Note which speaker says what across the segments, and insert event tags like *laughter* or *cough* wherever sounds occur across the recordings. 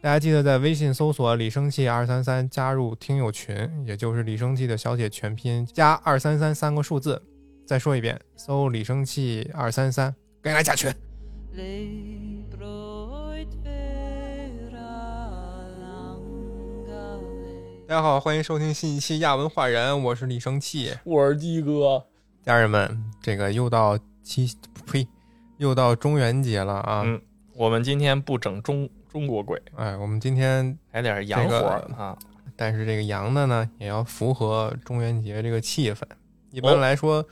Speaker 1: 大家记得在微信搜索“李生气二三三”，加入听友群，也就是李生气的小写全拼加二三三三个数字。再说一遍，搜“李生气二三三”，赶紧来加群。
Speaker 2: Lei broit vera langa lei.
Speaker 1: 大家好，欢迎收听新一期亚文化人，我是李生气。
Speaker 3: 我是鸡哥，
Speaker 1: 家人们，这个又到七，呸，又到中元节了啊！
Speaker 3: 嗯我们今天不整中中国鬼，
Speaker 1: 哎，我们今天，
Speaker 3: 来点洋活儿
Speaker 1: 这个
Speaker 3: 啊！
Speaker 1: 但是这个羊的呢，也要符合中元节这个气氛。一般
Speaker 3: 哦
Speaker 1: 来说，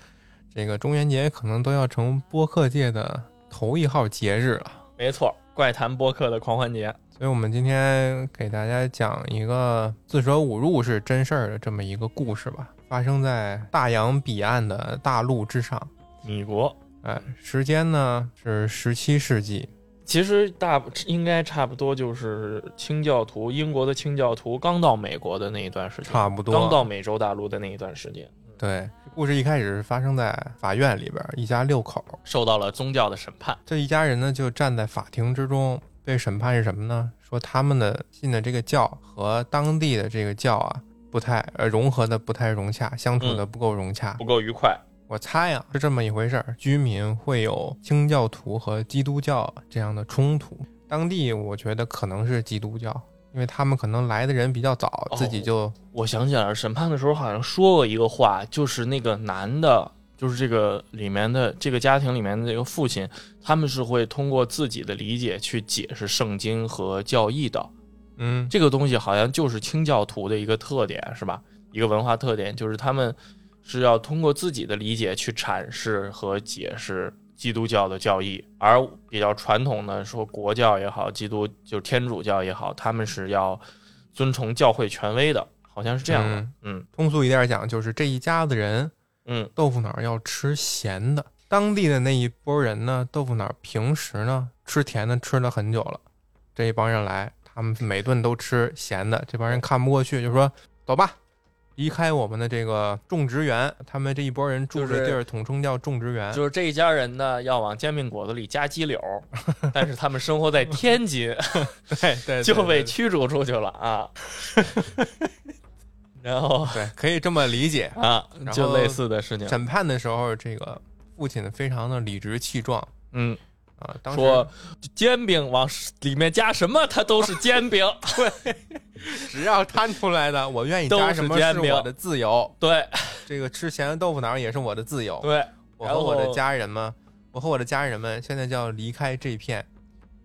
Speaker 1: 这个中元节可能都要成播客界的头一号节日了。
Speaker 3: 没错，怪谈播客的狂欢节，
Speaker 1: 所以我们今天给大家讲一个自蛇五入是真事儿的这么一个故事吧，发生在大洋彼岸的大陆之上。
Speaker 3: 米国
Speaker 1: 哎，时间呢是十七世纪，
Speaker 3: 其实大应该差不多就是清教徒，英国的清教徒刚到美国的那一段时间，
Speaker 1: 差不多
Speaker 3: 刚到美洲大陆的那一段时间，
Speaker 1: 对，故事一开始是发生在法院里边儿，一家六口，
Speaker 3: 受到了宗教的审判。
Speaker 1: 这一家人呢就站在法庭之中被审判是什么呢？说他们的信的这个教和当地的这个教啊不太呃融合的不太融洽，相处的不够融洽。
Speaker 3: 不够愉快，
Speaker 1: 我猜啊是这么一回事儿，居民会有清教徒和基督教这样的冲突。当地我觉得可能是基督教，因为他们可能来的人比较早，
Speaker 3: 哦
Speaker 1: 自己就
Speaker 3: 我想起来了，审判的时候好像说过一个话，就是那个男的，就是这个里面的这个家庭里面的这个父亲，他们是会通过自己的理解去解释圣经和教义的。
Speaker 1: 嗯
Speaker 3: 这个东西好像就是清教徒的一个特点，是吧？一个文化特点就是他们是要通过自己的理解去阐释和解释基督教的教义，而比较传统的说国教也好，基督就是天主教也好，他们是要遵从教会权威的，好像是这样的。
Speaker 1: 嗯
Speaker 3: 嗯
Speaker 1: 通俗一点讲，就是这一家子人
Speaker 3: 嗯，
Speaker 1: 豆腐脑儿要吃咸的。当地的那一波人呢，豆腐脑儿平时呢吃甜的吃了很久了，这一帮人来，他们每顿都吃咸的，这帮人看不过去，就说走吧，离开我们的这个种植园。他们这一波人住
Speaker 3: 就是
Speaker 1: 的地儿统称叫种植园，
Speaker 3: 就是这一家人呢要往煎饼果子里加鸡柳，
Speaker 1: *laughs*
Speaker 3: 但是他们生活在天津，
Speaker 1: 对对
Speaker 3: 就被驱逐出去了
Speaker 1: *laughs*
Speaker 3: 啊。然后
Speaker 1: 对，可以这么理
Speaker 3: *laughs*
Speaker 1: 解。
Speaker 3: 啊
Speaker 1: 然，后
Speaker 3: 就类似的事情，
Speaker 1: 审判的时候，这个父亲非常的理直气壮
Speaker 3: 嗯，
Speaker 1: 啊，当时
Speaker 3: 说煎饼往里面加什么，它都是
Speaker 1: *laughs*
Speaker 3: 煎饼。
Speaker 1: 只要摊出来的，我愿意
Speaker 3: 都
Speaker 1: 加
Speaker 3: 是
Speaker 1: 什么
Speaker 3: 煎
Speaker 1: 是
Speaker 3: 饼
Speaker 1: 我的自由，
Speaker 3: 对
Speaker 1: 这个吃咸的豆腐脑儿也是我的自由。
Speaker 3: 对，
Speaker 1: 我和我的家人们，我和我的家人们现在就要离开这片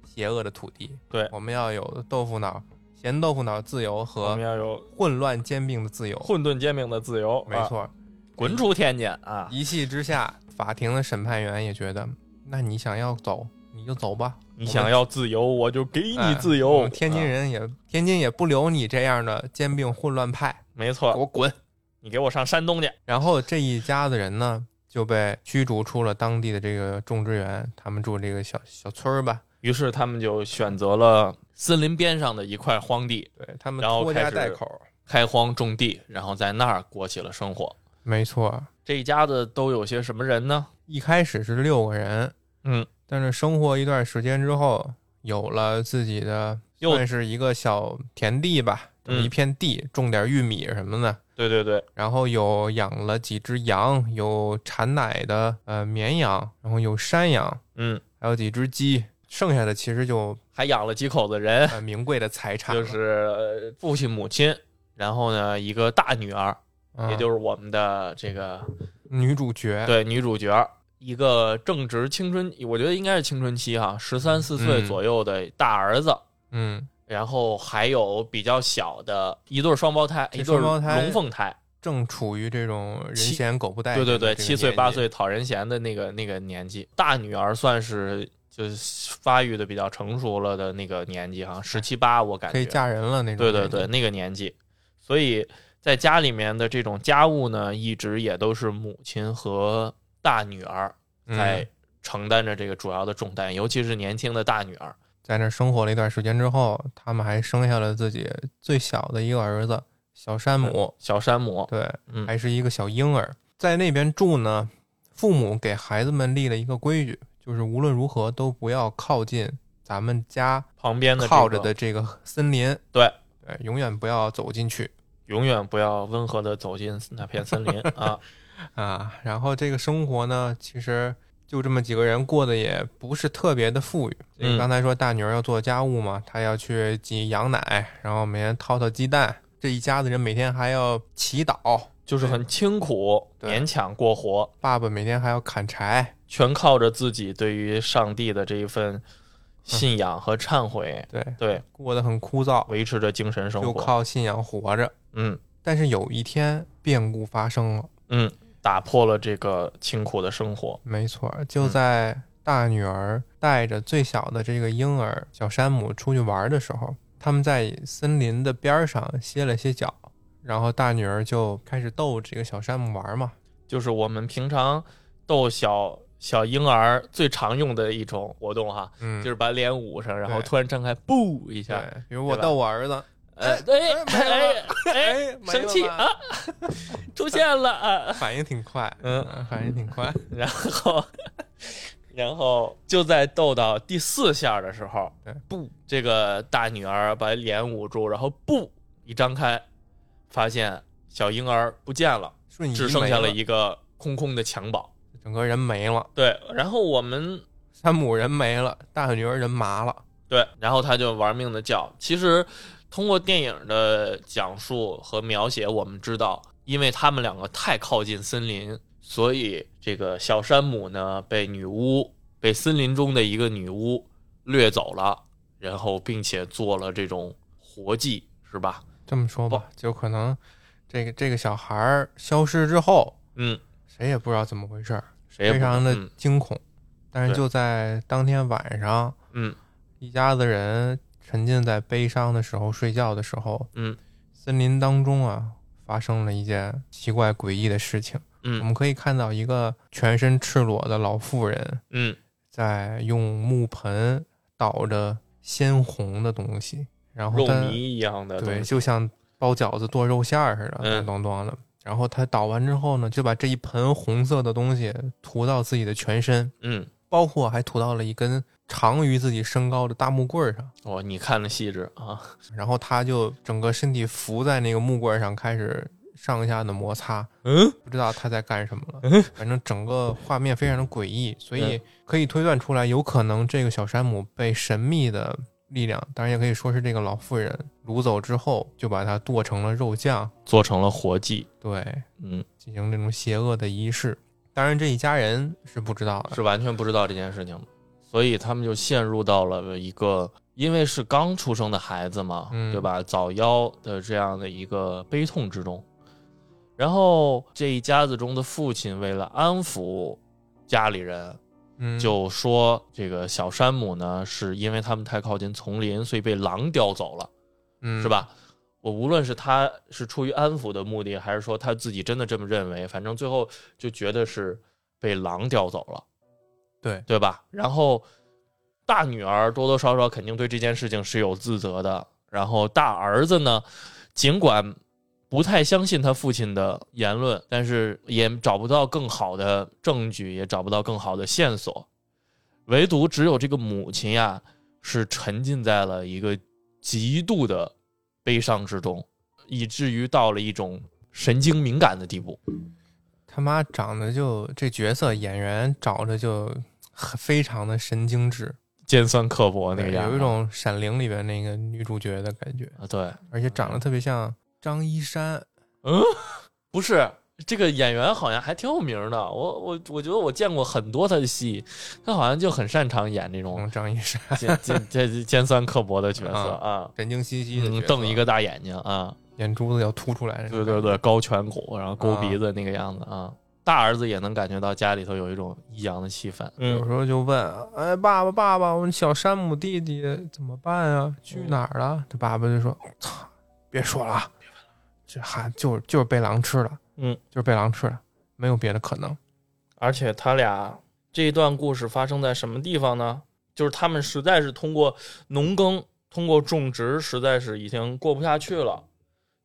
Speaker 1: 邪恶的土地。
Speaker 3: 对
Speaker 1: 我们要有豆腐脑、咸豆腐脑自由
Speaker 3: 我们
Speaker 1: 和
Speaker 3: 要有
Speaker 1: 混乱煎饼的自由。
Speaker 3: 混沌煎饼的自由，
Speaker 1: 没
Speaker 3: 啊，
Speaker 1: 错，
Speaker 3: 滚出天津啊！
Speaker 1: 一气之下，法庭的审判员也觉得，那你想要走你就走吧，哎
Speaker 3: 你想要自由，我就给你自
Speaker 1: 哎我
Speaker 3: 由。
Speaker 1: 们天津
Speaker 3: 啊，
Speaker 1: 人也、天津也不留你这样的煎饼混乱派，
Speaker 3: 没
Speaker 1: 给
Speaker 3: 错，
Speaker 1: 我滚！
Speaker 3: 你给我上山东去。
Speaker 1: 然后这一家子人呢就被驱逐出了当地的这个种植园，他们住这个小小村儿吧。
Speaker 3: 于是他们就选择了森林边上的一块荒地，
Speaker 1: 对他们
Speaker 3: 然后
Speaker 1: 拖
Speaker 3: 开
Speaker 1: 家
Speaker 3: 始
Speaker 1: 带口，
Speaker 3: 开荒种地，然后在那儿过起了生活。
Speaker 1: 没错，
Speaker 3: 这一家子都有些什么人呢？
Speaker 1: 一开始是六个人，
Speaker 3: 嗯，
Speaker 1: 但是生活一段时间之后，有了自己的，
Speaker 3: 又
Speaker 1: 算是一个小田地吧，这么
Speaker 3: 嗯
Speaker 1: 一片地，种点玉米什么的。
Speaker 3: 对对对，
Speaker 1: 然后有养了几只羊，有产奶的呃绵羊，然后有山羊，
Speaker 3: 嗯，
Speaker 1: 还有几只鸡。剩下的其实就
Speaker 3: 还养了几口子人，
Speaker 1: 呃名贵的财产了，
Speaker 3: 就是呃父亲、母亲，然后呢一个大女儿，
Speaker 1: 嗯
Speaker 3: 也就是我们的这个
Speaker 1: 女主角，
Speaker 3: 对女主角，一个正值青春，我觉得应该是青春期哈，十三四岁
Speaker 1: 嗯
Speaker 3: 左右的大儿子，
Speaker 1: 嗯，
Speaker 3: 然后还有比较小的一对双胞胎，
Speaker 1: 这
Speaker 3: 一对
Speaker 1: 双胞胎
Speaker 3: 龙凤胎，
Speaker 1: 正处于这种人
Speaker 3: 七
Speaker 1: 嫌狗不待
Speaker 3: 对
Speaker 1: 见的
Speaker 3: 对
Speaker 1: 这个
Speaker 3: 对，
Speaker 1: 年纪，
Speaker 3: 七岁八岁讨人嫌的那个那个年纪，大女儿算是就是发育的比较成熟了的那个年纪哈，十七八我感觉
Speaker 1: 可以嫁人了那种。
Speaker 3: 对对对，，那个年纪，所以在家里面的这种家务呢，一直也都是母亲和大女儿
Speaker 1: 嗯、
Speaker 3: 在承担着这个主要的重担，尤其是年轻的大女儿。
Speaker 1: 在那儿生活了一段时间之后，他们还生下了自己最小的一个儿子小山姆，
Speaker 3: 小山姆，
Speaker 1: 对，
Speaker 3: 嗯，
Speaker 1: 还是一个小婴儿。在那边住呢，父母给孩子们立了一个规矩，就是无论如何都不要靠近咱们家
Speaker 3: 旁边的这
Speaker 1: 靠着
Speaker 3: 个
Speaker 1: 的这个森林，
Speaker 3: 对
Speaker 1: 对，永远不要走进去
Speaker 3: 永远不要温和的走进那片森林
Speaker 1: *laughs*
Speaker 3: 啊！
Speaker 1: 啊。然后这个生活呢，其实就这么几个人过得也不是特别的富裕。这
Speaker 3: 嗯
Speaker 1: 个刚才说大女儿要做家务嘛，她要去挤羊奶，然后每天掏掏鸡蛋，这一家子人每天还要祈祷，
Speaker 3: 就是很清苦，
Speaker 1: 对
Speaker 3: 勉强过活，
Speaker 1: 爸爸每天还要砍柴，
Speaker 3: 全靠着自己对于上帝的这一份
Speaker 1: 嗯
Speaker 3: 信仰和忏悔，
Speaker 1: 对，
Speaker 3: 对，
Speaker 1: 过得很枯燥，
Speaker 3: 维持着精神生
Speaker 1: 就
Speaker 3: 活。
Speaker 1: 靠信仰活着。
Speaker 3: 嗯
Speaker 1: 但是有一天变故发生了，
Speaker 3: 嗯，打破了这个清苦的生活。
Speaker 1: 没错，就
Speaker 3: 嗯
Speaker 1: 在大女儿带着最小的这个婴儿小山姆出去玩的时候，他们在森林的边儿上歇了歇脚，然后大女儿就开始逗这个小山姆玩嘛。
Speaker 3: 就是我们平常逗小小婴儿最常用的一种活动哈，
Speaker 1: 嗯，
Speaker 3: 就是把脸捂上，然后
Speaker 1: 对
Speaker 3: 突然张开，噗一下，
Speaker 1: 对，比如我
Speaker 3: 对吧
Speaker 1: 逗我儿子，
Speaker 3: 呃，
Speaker 1: 哎
Speaker 3: 哎
Speaker 1: 没
Speaker 3: 哎
Speaker 1: 了
Speaker 3: 哎，
Speaker 1: 哎，没
Speaker 3: 生
Speaker 1: 了
Speaker 3: 气
Speaker 1: 吧
Speaker 3: 啊，，出现了啊，
Speaker 1: 反应挺快，
Speaker 3: 嗯
Speaker 1: 反应挺
Speaker 3: *laughs*
Speaker 1: 快，
Speaker 3: 然后然后就在逗到第四下的时候，
Speaker 1: 对，
Speaker 3: 不，这个大女儿把脸捂住，然后不一张开，发现小婴儿不见了，
Speaker 1: 瞬移
Speaker 3: 只剩下
Speaker 1: 没
Speaker 3: 了
Speaker 1: 了
Speaker 3: 一个空空的襁褓。
Speaker 1: 整个人没了，
Speaker 3: 对，然后我们
Speaker 1: 山姆人没了，大女儿人麻了。
Speaker 3: 对，然后他就玩命的叫。其实通过电影的讲述和描写，我们知道，因为他们两个太靠近森林，所以这个小山姆呢被女巫被森林中的一个女巫掠走了，然后并且做了这种活计，是吧？
Speaker 1: 这么说吧，就可能这个这个小孩儿消失之后，
Speaker 3: 嗯，
Speaker 1: 谁也不知道怎么回事儿，
Speaker 3: 谁也不
Speaker 1: 非常的
Speaker 3: 嗯
Speaker 1: 惊恐。但是
Speaker 3: 对
Speaker 1: 就在当天晚上，
Speaker 3: 嗯
Speaker 1: 一家子人沉浸在悲伤的时候睡觉的时候，
Speaker 3: 嗯，
Speaker 1: 森林当中啊发生了一件奇怪诡异的事情。我
Speaker 3: 嗯
Speaker 1: 们可以看到一个全身赤裸的老妇人
Speaker 3: 嗯
Speaker 1: 在用木盆倒着鲜红的东西，然后
Speaker 3: 肉
Speaker 1: 她
Speaker 3: 泥一样的
Speaker 1: 对，
Speaker 3: 东西，
Speaker 1: 就像包饺子剁肉馅儿似的，
Speaker 3: 嗯
Speaker 1: 咚咚咚的。然后他倒完之后呢，就把这一盆红色的东西涂到自己的全身，
Speaker 3: 嗯，
Speaker 1: 包括还涂到了一根长于自己身高的大木棍儿上。
Speaker 3: 哦，你看的细致啊，
Speaker 1: 然后他就整个身体伏在那个木棍儿上，开始上下的摩擦。
Speaker 3: 嗯，
Speaker 1: 不知道他在干什么了，反正整个画面非常的诡异，所以
Speaker 3: 嗯
Speaker 1: 可以推断出来，有可能这个小山姆被神秘的力量，当然也可以说是这个老妇人掳走之后，就把它剁成了肉酱，
Speaker 3: 做成了活计，
Speaker 1: 对，
Speaker 3: 嗯，
Speaker 1: 进行这种邪恶的仪式。当然，这一家人是不知道的。
Speaker 3: 是完全不知道这件事情的，所以他们就陷入到了一个，因为是刚出生的孩子嘛，
Speaker 1: 嗯
Speaker 3: 对吧？早夭的这样的一个悲痛之中。然后这一家子中的父亲为了安抚家里人，
Speaker 1: 嗯，
Speaker 3: 就说这个小山姆呢，是因为他们太靠近丛林，所以被狼叼走了，
Speaker 1: 嗯
Speaker 3: 是？吧？我无论是他是出于安抚的目的，还是说他自己真的这么认为，反正最后就觉得是被狼叼走了。
Speaker 1: 对，
Speaker 3: 对吧？然后大女儿多多少少肯定对这件事情是有自责的，然后大儿子呢，尽管不太相信他父亲的言论，但是也找不到更好的证据，也找不到更好的线索，唯独只有这个母亲呀，是沉浸在了一个极度的悲伤之中，以至于到了一种神经敏感的地步。
Speaker 1: 他妈长得就这角色演员找着就很非常的神经质，
Speaker 3: 尖酸刻薄那个
Speaker 1: 对
Speaker 3: 样子，
Speaker 1: 有一种《闪灵》里边那个女主角的感觉，
Speaker 3: 啊，对，
Speaker 1: 而且长得特别像张一山。
Speaker 3: 嗯，不是，这个演员好像还挺有名儿的。我我我觉得我见过很多他的戏，他好像就很擅长演这种
Speaker 1: 嗯，张一山
Speaker 3: 尖尖尖尖酸刻薄的角色啊，
Speaker 1: 神经兮兮的角
Speaker 3: 嗯，
Speaker 1: 色嗯
Speaker 3: 瞪一个大眼睛啊，
Speaker 1: 眼珠子要凸出来那种
Speaker 3: 对
Speaker 1: 感觉。
Speaker 3: 对对，高颧骨，然后勾
Speaker 1: 啊
Speaker 3: 鼻子那个样子啊。大儿子也能感觉到家里头有一种异样的气氛，
Speaker 1: 有时候就问：“哎，爸爸，爸爸，我们小山姆弟弟怎么办啊？去哪儿了？”他爸爸就说：“操，别说了啊，这孩子就是就是被狼吃了，
Speaker 3: 嗯，
Speaker 1: 就是被狼吃了，没有别的可能。
Speaker 3: 而且他俩这一段故事发生在什么地方呢？就是他们实在是通过农耕、通过种植，实在是已经过不下去了，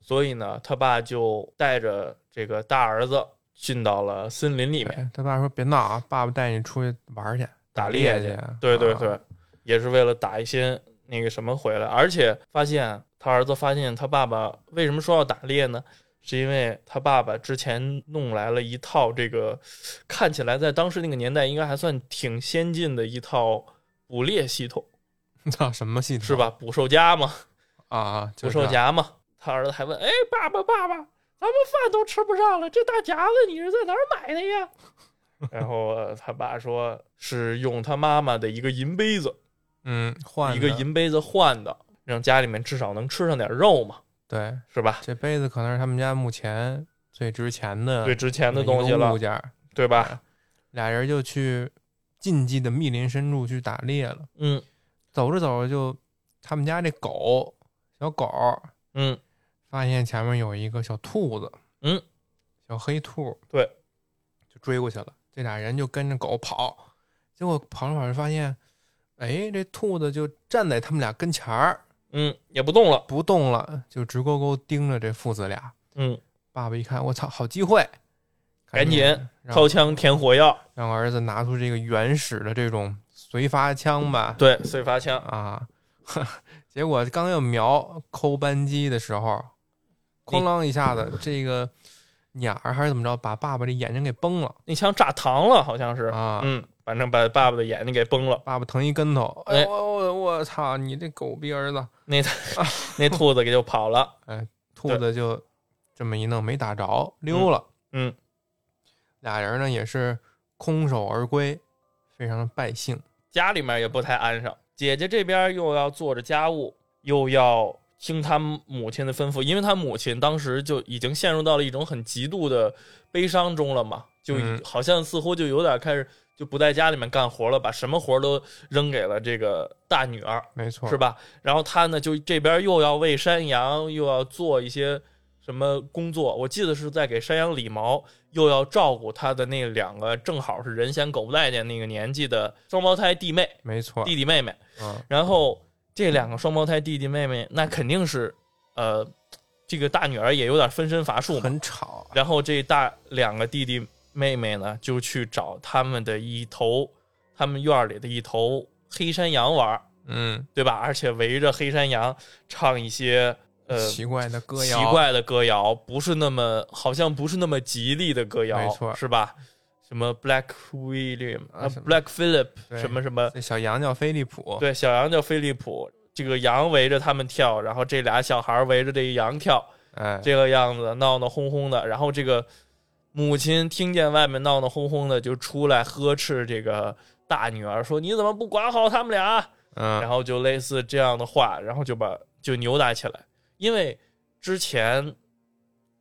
Speaker 3: 所以呢，他爸就带着这个大儿子进到了
Speaker 1: 哎
Speaker 3: 森林”里面
Speaker 1: 对，他爸说：“别闹啊，爸爸带你出去玩去，
Speaker 3: 打
Speaker 1: 猎
Speaker 3: 猎
Speaker 1: 去
Speaker 3: 对对
Speaker 1: 啊
Speaker 3: 对，也是为了打一些那个什么回来。而且发现他儿子发现他爸爸为什么说要打猎呢？是因为他爸爸之前弄来了一套这个看起来在当时那个年代应该还算挺先进的一套捕猎系统，
Speaker 1: *laughs* 操什么系统
Speaker 3: 是吧？捕兽夹嘛，
Speaker 1: 啊啊，嗯就
Speaker 3: 捕
Speaker 1: 是
Speaker 3: 兽
Speaker 1: 这样
Speaker 3: 夹嘛。他儿子还问：“哎，爸爸，爸爸，咱们饭都吃不上了，这大夹子你是在哪儿买的呀？” *laughs* 然后呃他爸说是用他妈妈的一个银杯子，
Speaker 1: 嗯，换
Speaker 3: 一个
Speaker 1: 的
Speaker 3: 银杯子换的，让家里面至少能吃上点肉嘛，
Speaker 1: 对，
Speaker 3: 是吧？
Speaker 1: 这杯子可能是他们家目前最值钱的
Speaker 3: 最值钱
Speaker 1: 嗯一
Speaker 3: 的
Speaker 1: 个
Speaker 3: 东西了
Speaker 1: 物，件儿。
Speaker 3: 对吧？
Speaker 1: 俩人就去禁忌的密林深处去打猎了。
Speaker 3: 嗯
Speaker 1: 走着走着就，他们家这狗小狗儿
Speaker 3: 嗯，
Speaker 1: 发现前面有一个小兔子，
Speaker 3: 嗯，
Speaker 1: 小黑兔，
Speaker 3: 对，
Speaker 1: 就追过去了。这俩人就跟着狗跑，结果跑着跑着发现，哎，这兔子就站在他们俩跟前儿
Speaker 3: 嗯，也不动了。
Speaker 1: 不动了，就直勾勾盯着这父子俩。
Speaker 3: 嗯，
Speaker 1: 爸爸一看，我操，好机会，
Speaker 3: 赶紧
Speaker 1: 让
Speaker 3: 掏枪填火药，
Speaker 1: 让儿子拿出这个原始的这种随发枪吧，
Speaker 3: 对，碎发枪。
Speaker 1: 啊，结果刚要瞄扣扳机的时候，
Speaker 3: 你
Speaker 1: 哐啷一下子，这个鸟儿还是怎么着，把爸爸这眼睛给崩了
Speaker 3: 那枪炸膛了，好像是。
Speaker 1: 啊！
Speaker 3: 嗯，反正把爸爸的眼睛给崩了。
Speaker 1: 爸爸疼一跟头，哎
Speaker 3: 哎
Speaker 1: 呦我我操，你这狗逼儿子！ *laughs*
Speaker 3: 那那兔子给就跑了。
Speaker 1: 兔子就这么一弄没打着，溜了。
Speaker 3: 嗯，
Speaker 1: 俩人呢也是空手而归，非常的败兴。
Speaker 3: 家里面也不太安生。姐姐这边又要做着家务，又要听她母亲的吩咐，因为她母亲当时就已经陷入到了一种很极度的悲伤中了嘛，就
Speaker 1: 嗯
Speaker 3: 好像似乎就有点开始就不在家里面干活了，把什么活都扔给了这个大女儿，
Speaker 1: 没错，
Speaker 3: 是吧？然后她呢，就这边又要喂山羊，又要做一些。什么工作？我记得是在给山羊理毛，又要照顾她的那两个正好是人嫌狗不待见那个年纪的双胞胎弟妹，
Speaker 1: 没错，
Speaker 3: 弟弟妹妹。
Speaker 1: 嗯，
Speaker 3: 然后这两个双胞胎弟弟妹妹，那肯定是，呃，这个大女儿也有点分身乏术嘛。
Speaker 1: 很吵，
Speaker 3: 然后这大两个弟弟妹妹呢，就去找他们的一头，他们院儿里的一头黑山羊玩儿，
Speaker 1: 嗯，
Speaker 3: 对吧？而且围着黑山羊唱一些呃
Speaker 1: 奇怪的歌
Speaker 3: 奇
Speaker 1: 谣，
Speaker 3: 怪的歌谣，不是那么好像不是那么吉利的歌谣，
Speaker 1: 没错
Speaker 3: 是吧？什么 Black William
Speaker 1: 啊
Speaker 3: 呃
Speaker 1: 什么
Speaker 3: Black Philip
Speaker 1: 对
Speaker 3: 什么什么
Speaker 1: 这小羊叫菲利普，
Speaker 3: 对，小羊叫飞利浦，这个羊围着他们跳，然后这俩小孩围着这个羊跳，
Speaker 1: 哎，
Speaker 3: 这个样子闹闹哄哄的。然后这个母亲听见外面闹闹哄哄的，就出来呵斥这个大女儿说：“你怎么不管好他们俩？”啊然
Speaker 1: 嗯，
Speaker 3: 后就类似这样的话，然后就把就扭打起来。因为之前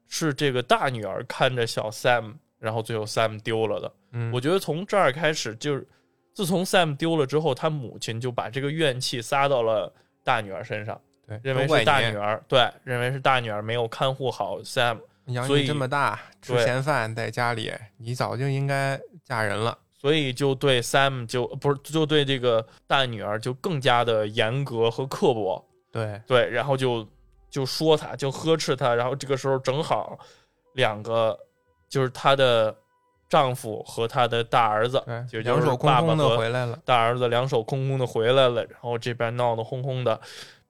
Speaker 3: 是这个大女儿看着小 Sam，然后最后 Sam 丢了的。
Speaker 1: 嗯
Speaker 3: 我觉得从这儿开始，就是自从 Sam 丢了之后，他母亲就把这个怨气撒到了大女儿身上，
Speaker 1: 对，
Speaker 3: 认
Speaker 1: 都
Speaker 3: 为
Speaker 1: 怪
Speaker 3: 是大
Speaker 1: 你
Speaker 3: 女儿，对，认为是大女儿没有看护好 Sam，
Speaker 1: 养
Speaker 3: 所
Speaker 1: 你
Speaker 3: 以
Speaker 1: 这么大，吃
Speaker 3: 对
Speaker 1: 闲饭在家里，你早就应该嫁人了。
Speaker 3: 所以就对 Sam 就不是就对这个大女儿就更加的严格和刻薄，
Speaker 1: 对，
Speaker 3: 对，然后就就说他，就呵斥他，然后这个时候正好两个就是她的丈夫和她的大儿子，
Speaker 1: 对，
Speaker 3: 就就
Speaker 1: 两
Speaker 3: 是
Speaker 1: 手空
Speaker 3: 爸爸
Speaker 1: 空的
Speaker 3: 和
Speaker 1: 回来了。
Speaker 3: 大儿子两手空空的回来了，然后这边闹闹哄哄的，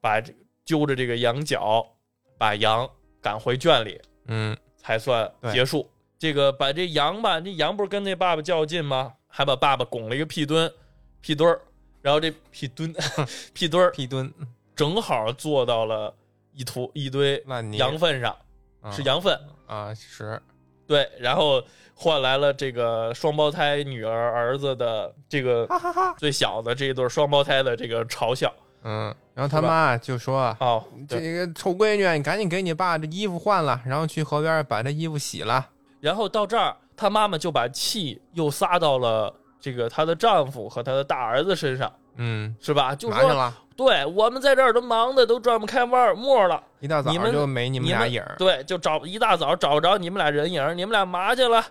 Speaker 3: 把这揪着这个羊角，把羊赶回圈里，
Speaker 1: 嗯，
Speaker 3: 才算结束。这个把这羊吧，这羊不是跟那爸爸较劲吗？还把爸爸拱了一个屁墩，屁墩儿，然后这屁墩， *laughs* 屁墩儿
Speaker 1: 屁墩
Speaker 3: 正好坐到了一坨一堆
Speaker 1: 烂泥，
Speaker 3: 羊粪上，
Speaker 1: 啊
Speaker 3: 是羊粪，
Speaker 1: 啊，是
Speaker 3: 对，然后换来了这个双胞胎女儿儿子的这个
Speaker 1: 哈哈哈。
Speaker 3: 最小的这一对双胞胎的这个嘲笑。
Speaker 1: 嗯，然后他
Speaker 3: 是吧
Speaker 1: 妈就说
Speaker 3: 哦，：“对。
Speaker 1: 嗯这个臭闺女，你赶紧给你爸这衣服换了，然后去河边把这衣服洗了。
Speaker 3: 然后到这儿，她妈妈就把气又撒到了这个她的丈夫和她的大儿子身上，”
Speaker 1: 嗯，
Speaker 3: 是吧？就
Speaker 1: 忙去
Speaker 3: 说
Speaker 1: 了，
Speaker 3: 对我们在这儿都忙的都转不开弯儿沫了，
Speaker 1: 一大早
Speaker 3: 你们
Speaker 1: 就没你们
Speaker 3: 你
Speaker 1: 俩
Speaker 3: 们
Speaker 1: 影儿。
Speaker 3: 对，就找一大早找不着你们俩人影儿，你们俩嘛去了？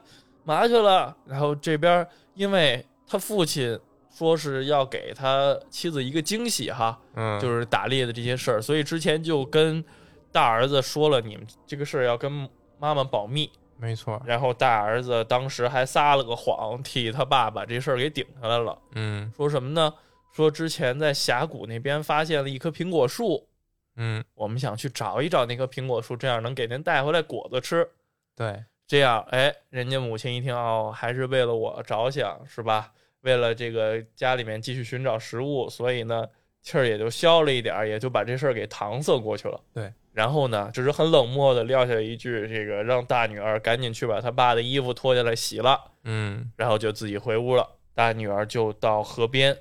Speaker 3: 嘛去了？然后这边儿因为他父亲说是要给他妻子一个惊喜哈，
Speaker 1: 嗯，
Speaker 3: 就是打猎的这些事儿，所以之前就跟大儿子说了，你们这个事儿要跟妈妈保密。
Speaker 1: 没错。
Speaker 3: 然后大儿子当时还撒了个谎，替他爸把这事儿给顶下来了，
Speaker 1: 嗯
Speaker 3: 说什么呢？说之前在峡谷那边发现了一棵苹果树，
Speaker 1: 嗯，
Speaker 3: 我们想去找一找那棵苹果树，这样能给您带回来果子吃。
Speaker 1: 对，
Speaker 3: 这样，哎，人家母亲一听哦，还是为了我着想，是吧？为了这个家里面继续寻找食物，所以呢，气儿也就消了一点儿，也就把这事儿给搪塞过去了。
Speaker 1: 对，
Speaker 3: 然后呢，只是很冷漠的撂下一句，这个让大女儿赶紧去把她爸的衣服脱下来洗了，
Speaker 1: 嗯
Speaker 3: 然后就自己回屋了。大女儿就到河边